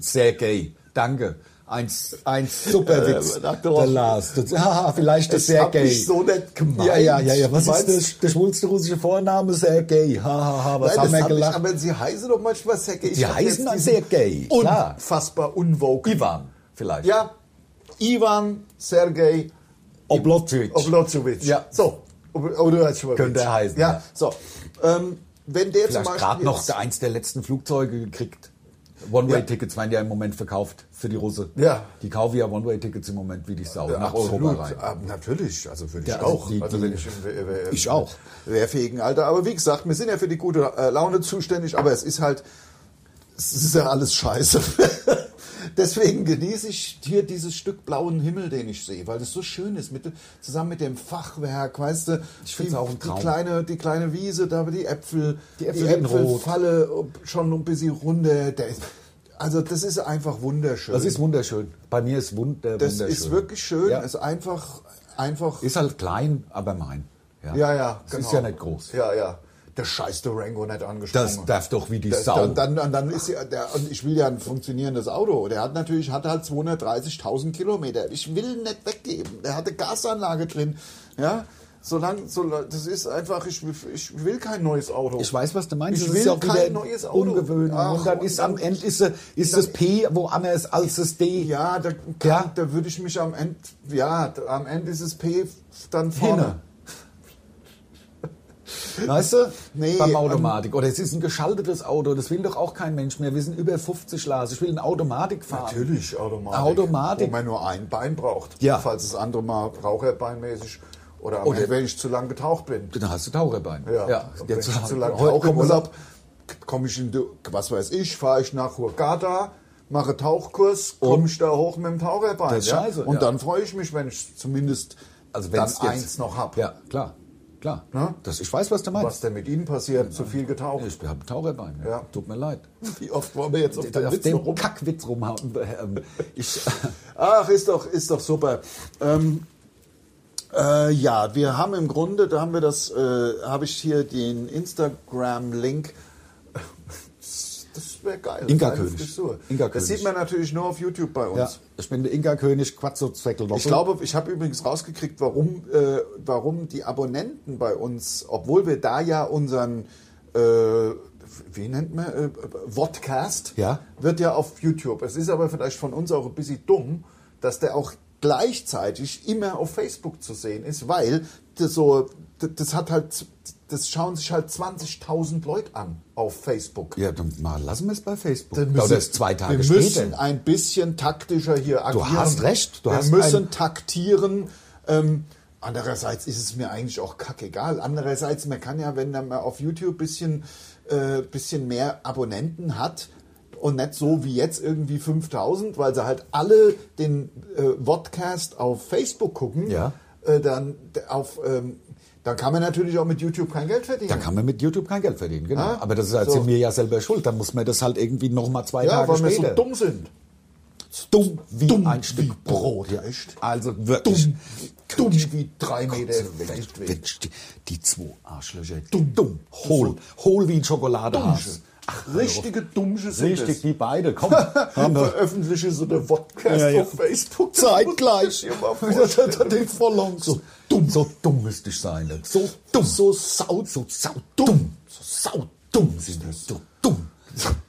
sehr gay. Danke. Ein, ein super Witz.
Äh, nach der Woche.
Lars. Das- Haha, vielleicht das sehr
hab
gay.
ich so nicht gemeint.
ja, ja, ja, ja. Was
Meinst-
ist das, der schwulste russische Vorname? Sehr gay. Hahaha, ha, ha, was
Nein,
haben
das
wir
hab ich-
gelacht?
aber sie heißen doch manchmal sehr gay.
Die heißen dann sehr gay. Klar.
Unfassbar unvogue.
Ivan, vielleicht.
Ja, Ivan Sergei
Oblotwitsch.
Oblozowitsch.
Ja.
So, Ob- Oblozowitsch.
Könnte er heißen,
Ja,
ja.
so. Ähm, wenn der zum
Vielleicht
Beispiel
gerade noch
jetzt-
der eins der letzten Flugzeuge gekriegt. One-Way-Tickets werden ja im Moment verkauft für die Russen.
Ja.
Die kaufen ja One-Way-Tickets im Moment wie die Sau
Ja,
Genau, nach
absolut.
Europa rein.
Ah, Natürlich, also würde ich
Ja, also
auch.
die-
also
die-
wenn ich, im- äh, äh,
Ich auch.
Wehrfähigen Alter. Aber wie gesagt, wir sind ja für die gute äh, Laune zuständig, aber es ist halt, es ist ja alles scheiße. Deswegen genieße ich hier dieses Stück blauen Himmel, den ich sehe, weil es so schön ist, mit, zusammen mit dem Fachwerk, weißt du, ich
find's auch ein Traum.
Die, kleine, die kleine Wiese, da die Äpfel,
Die Äpfel werden rot.
Falle schon ein bisschen runter. Der ist, also das ist einfach wunderschön.
Das ist wunderschön. Bei mir ist wunder,
Das
wunderschön.
ist wirklich schön.
Ja.
Ist einfach, einfach.
Ist halt klein, aber mein.
ja, ja. genau.
Es ist ja nicht groß.
Ja, ja. Der scheiß Durango nicht angesprungen.
Das darf doch wie die
Das-
Sau.
Dann, dann, dann, dann ist ja der, und ich will ja ein funktionierendes Auto. Der hat natürlich, hat halt 230.000 Kilometer. Ich will nicht weggeben. Der hatte Gasanlage drin. Ja. Solange, so, das ist einfach, ich, ich will kein neues Auto.
ich weiß, was du meinst.
Ich
Es
will
ist ja auch
kein
wieder
neues Auto.
ungewöhnlich.
Ach,
und dann ist
und
am
dann-
Ende ist, äh, ist das P woanders als das D.
Ja, da,
Ja.
da würde ich mich am Ende, ja, da, am Ende ist es P dann vorne.
Hinne. Weißt du?
Nee,
Beim
ähm,
Automatik. Oder es ist ein geschaltetes Auto. Das will doch auch kein Mensch mehr. Wir sind über 50 Lars. Ich will ein Automatik fahren.
Natürlich, Automatik.
Ah. Automatik.
Wo man nur ein Bein braucht.
Ja.
Falls das andere mal braucht er beinmäßig. Oder, am
Oder-
Ende, wenn ich zu lang getaucht bin.
Dann hast du Taucherbein.
Ja, wenn
Jetzt
ich zu lange
heute
tauche im
kommen wir-
Urlaub, komme ich in, die- was weiß ich, fahre ich nach Hurghada, mache Tauchkurs, komme ich da hoch mit dem Taucherbein.
Das ist
ja?
scheiße,
Und
ja.
dann freue ich mich, wenn ich zumindest
Also
dann
wenn's jetzt-
eins noch habe.
Ja, klar. Klar.
Ne?
Das, ich weiß, was du meinst.
Was denn mit Ihnen passiert? Zu viel getaucht.
Ich habe ein Taucherbein. Ja.
Ja.
Tut mir leid.
Wie oft wollen wir jetzt auf den
Auf
Witz
dem
noch rum?
Kackwitz rumhauen. Ähm, Ich,
Ach, ist doch, ist doch super. Ähm, äh, ja, wir haben im Grunde, da haben wir das, äh, habe ich hier den Instagram-Link. Das wäre geil.
Inga
Eine
König.
Frisur.
Inga
das
König.
sieht man natürlich nur auf YouTube bei uns.
ja, ich bin der Inga König, Quatzozweckel.
Ich glaube, ich habe übrigens rausgekriegt, warum, äh, warum die Abonnenten bei uns, obwohl wir da ja unseren, äh, wie nennt man, äh, Vodcast,
Ja.
wird ja auf YouTube. Es ist aber vielleicht von uns auch ein bisschen dumm, dass der auch gleichzeitig immer auf Facebook zu sehen ist, weil das so, das- das hat halt, das schauen sich halt 20.000 Leute an auf Facebook.
Ja, dann mal lassen wir es bei Facebook.
Dann
Oder
müssen-
ist zwei Tage
wir
später.
müssen ein bisschen taktischer hier agieren.
hast recht, du
wir
hast
müssen
ein-
taktieren. Ähm, andererseits ist es mir eigentlich auch kackegal. Andererseits, man kann ja, wenn man mal auf YouTube ein bisschen, äh, bisschen mehr Abonnenten hat und nicht so wie jetzt irgendwie 5000, weil sie halt alle den äh, Podcast auf Facebook gucken,
Ja.
äh, dann, d- auf, ähm, dann kann man natürlich auch mit YouTube kein Geld verdienen.
Dann kann man mit YouTube kein Geld verdienen, genau.
Ah,
Aber das ist halt
so.
sind wir ja selber schuld. Dann muss man das halt irgendwie nochmal zwei
ja,
Tage
weil wir so
später.
dumm sind.
dumm wie
Dumm
ein
wie
Stück Brot.
Brot,
Ja.
echt.
Also wirklich.
Dumm wie drei Meter
Wenn-
Weltweg.
wenn die- Die zwei Arschlöcher. Dumm, dumm. Hohl. Hohl wie ein Schokoladehase.
Ach, richtige Dummsche sind
Richtig,
es.
die beide. Komm. haben wir.
Veröffentliche so eine Podcast
Ja, ja.
auf Facebook.
Zeitgleich.
Das hat er den verlangt.
So dumm, so dumm müsste ich sein. ne? So dumm. So sau, so sau dumm. So sau dumm sind wir. So dumm.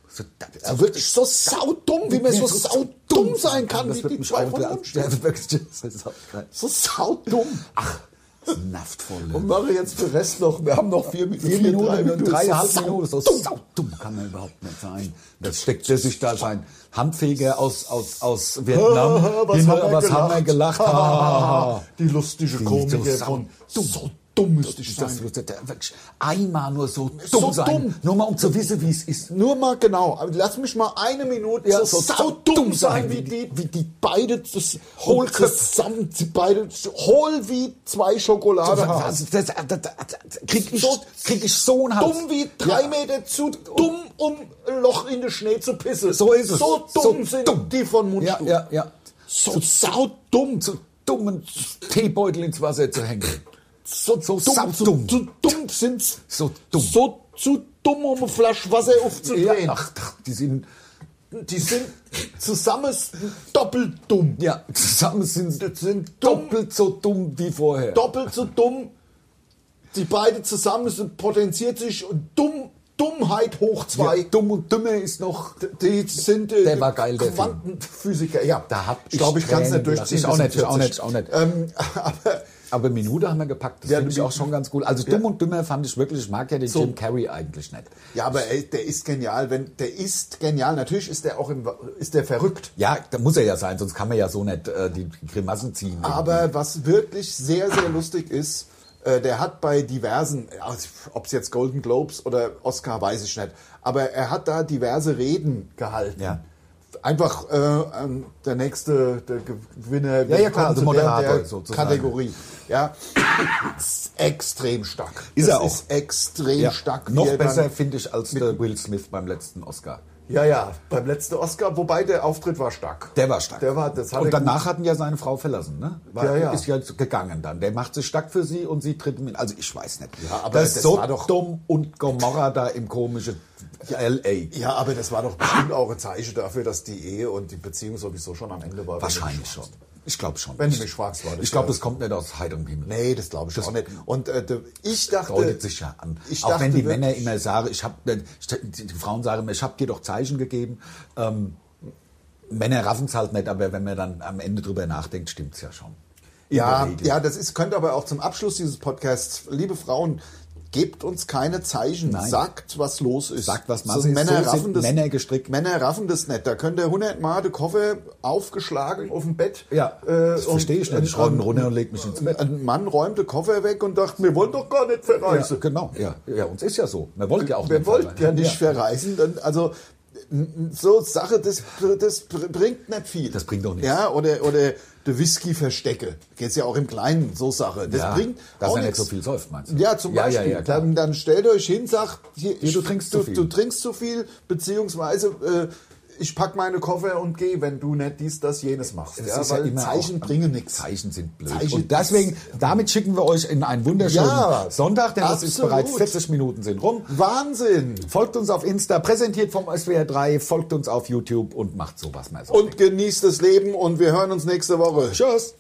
So,
Er wird so saudumm, wie man so saudumm sein kann,
das
wie
wird
die
mich
zwei
auch-
von
ja,
uns.
ja, wirklich, das ist auch geil.
So saudumm.
Ach, das nervt voll. ne?
Und mache jetzt den Rest noch. Wir haben noch vier,
Vier Minuten, drei Minuten, dreieinhalb
Sau-
Minuten. So saudumm kann man überhaupt nicht sein. Das steckt der sich da sein. Handfeger aus, aus, aus Vietnam.
was
Himmel,
haben wir
was haben wir gelacht?
gelacht?
Ha, ha, ha.
Die lustige Komik
so
von
dumm.
so dumm müsste ich
Das
sein.
wird der wirklich einmal nur so dumm
So
sein.
dumm.
Nur mal um zu wissen, wie es ist.
Nur mal genau, aber lass mich mal eine Minute
Ja,
so,
so
saudumm
saudumm
sein,
sein,
wie
wie
die, wie die beide das hohl
Hohlköpfe.
zusammen, die beide hohl wie zwei Schokolade haben.
Also, das, das, das, das, krieg, ich,
So
krieg ich so einen Hals.
Dumm wie drei
Ja.
Meter zu dumm, um ein Loch in den Schnee zu pissen.
So ist es.
So dumm sind
dumm.
die von
Ja,
Mundstuhl.
ja, ja.
So saudumm, so,
Dummen Teebeutel ins Wasser zu hängen.
so, so dumm,
saudumm.
so, so dumm sind
So dumm.
So zu dumm, um eine Flasche Wasser aufzudrehen.
ach, ach, die sind,
Die sind zusammen doppelt dumm.
ja, zusammen sind sie
Das sind dumm,
doppelt so dumm wie vorher.
doppelt so dumm. Die beide zusammen sind potenziert sich und dumm, Dummheit hoch zwei.
Ja, dumm und dümmer ist noch,
Die sind äh,
Der war geil, der
Quantenphysiker. Ja,
Da hab
ich glaube, ich kann es
Tränen
nicht durchziehen.
gelassen. Ich auch nicht,
bis
ich auch
um
nicht, ich auch nicht.
40. Ähm, aber
aber Minute haben wir gepackt. Das
Ja,
finde ich
Minute.
auch schon ganz cool. Also dumm und dümmer fand ich wirklich, ich mag ja den Jim Carrey eigentlich nicht.
ja, aber ey, der ist genial. Wenn der ist genial. Natürlich ist der auch im, ist der verrückt.
Ja, da muss er ja sein, sonst kann man ja so nicht äh, die Grimassen ziehen.
Aber was wirklich sehr, sehr lustig ist, äh, der hat bei diversen, ob es jetzt Golden Globes oder Oscar, weiß ich nicht, aber er hat da diverse Reden gehalten.
Ja.
Einfach äh, ähm, der nächste der Gewinner
ja,
willkommen
klar, also
zu der-
Moderator
der
sozusagen.
Kategorie. Ja. Ist extrem stark.
Ist
das
er auch.
Ist extrem
ja.
stark. wie
Noch
er dann-
besser finde ich als der Will Smith beim letzten Oscar.
Ja, ja, beim letzten Oscar, wobei der Auftritt war stark.
Der war stark.
Der war, das hat er
und danach hatten ja seine Frau verlassen, ne? War,
Ja, ja.
Ist ja gegangen dann. Der macht sich stark für sie und sie tritt ihm in. Also ich weiß nicht.
Ja, aber
das ist
das
so
war doch-
dumm und Gomorra da im komischen L.A.
Ja, aber das war doch bestimmt auch ein Zeichen dafür, dass die Ehe und die Beziehung sowieso schon am Ende war. wenn
Wahrscheinlich
du
schon. Ich glaube schon.
Wenn du mich fragst, war das
Ich glaube,
ja-
das kommt nicht aus heiterem Himmel. ne?
Nee, das glaube ich auch nicht. Und äh, de- ich dachte,
deutet sich ja an.
Ich
auch wenn
dachte
die Männer
wirklich-
immer sagen, ich hab, die die Frauen sagen immer, ich habe dir doch Zeichen gegeben. Ähm, Männer raffen es halt nicht, aber wenn man dann am Ende drüber nachdenkt, stimmt es ja schon. In
ja,
der Regel.
ja, das ist, könnte aber auch zum Abschluss dieses Podcasts, liebe Frauen, gebt uns keine Zeichen,
Nein.
sagt, was los ist.
Sagt, was
Sonst
Masse ist.
Männer
So
raffen
sind
das,
Männer gestrickt.
Männer raffen das nicht. Da könnt ihr hundertmal den Koffer aufgeschlagen auf dem Bett. äh,
Ja, das verstehe ich nicht. Ich räume ihn runter und leg mich ins Bett.
Ein Mann räumt den Koffer weg und dachte, wir wollen doch gar nicht verreisen.
Ja, genau, ja. ja, uns ist ja so. Man wollte ja auch
Wer
nicht
wollte
verreisen.
ja nicht verreisen, dann, also n- n- so Sache, das, das br- bringt nicht viel.
Das bringt auch nichts.
Ja, oder, oder der Whisky verstecke. Geht's ja auch im Kleinen, so Sache. Das
Ja,
bringt
dass
auch
er nicht
nichts.
so viel säuft, meinst du?
Ja, zum
Ja, ja,
Beispiel.
ja, klar.
dann, dann stellt euch hin, sagt, hier, ich,
du trinkst
du,
zu viel.
Du trinkst zu viel, beziehungsweise äh, ich pack meine Koffer und gehe, wenn du nicht dies, das, jenes machst.
Das
ja,
ist ja
weil
immer
Zeichen
auch-
bringen nichts.
Zeichen sind blöd.
Zeichen-
und deswegen, damit schicken wir euch in einen wunderschönen
Ja,
Sonntag, denn es ist
absolut.
bereits 40 Minuten sind rum.
Wahnsinn!
Folgt uns auf Insta, präsentiert vom SWR 3, folgt uns auf YouTube und macht so, was man so
Und genießt das Leben und wir hören uns nächste Woche.
tschüss.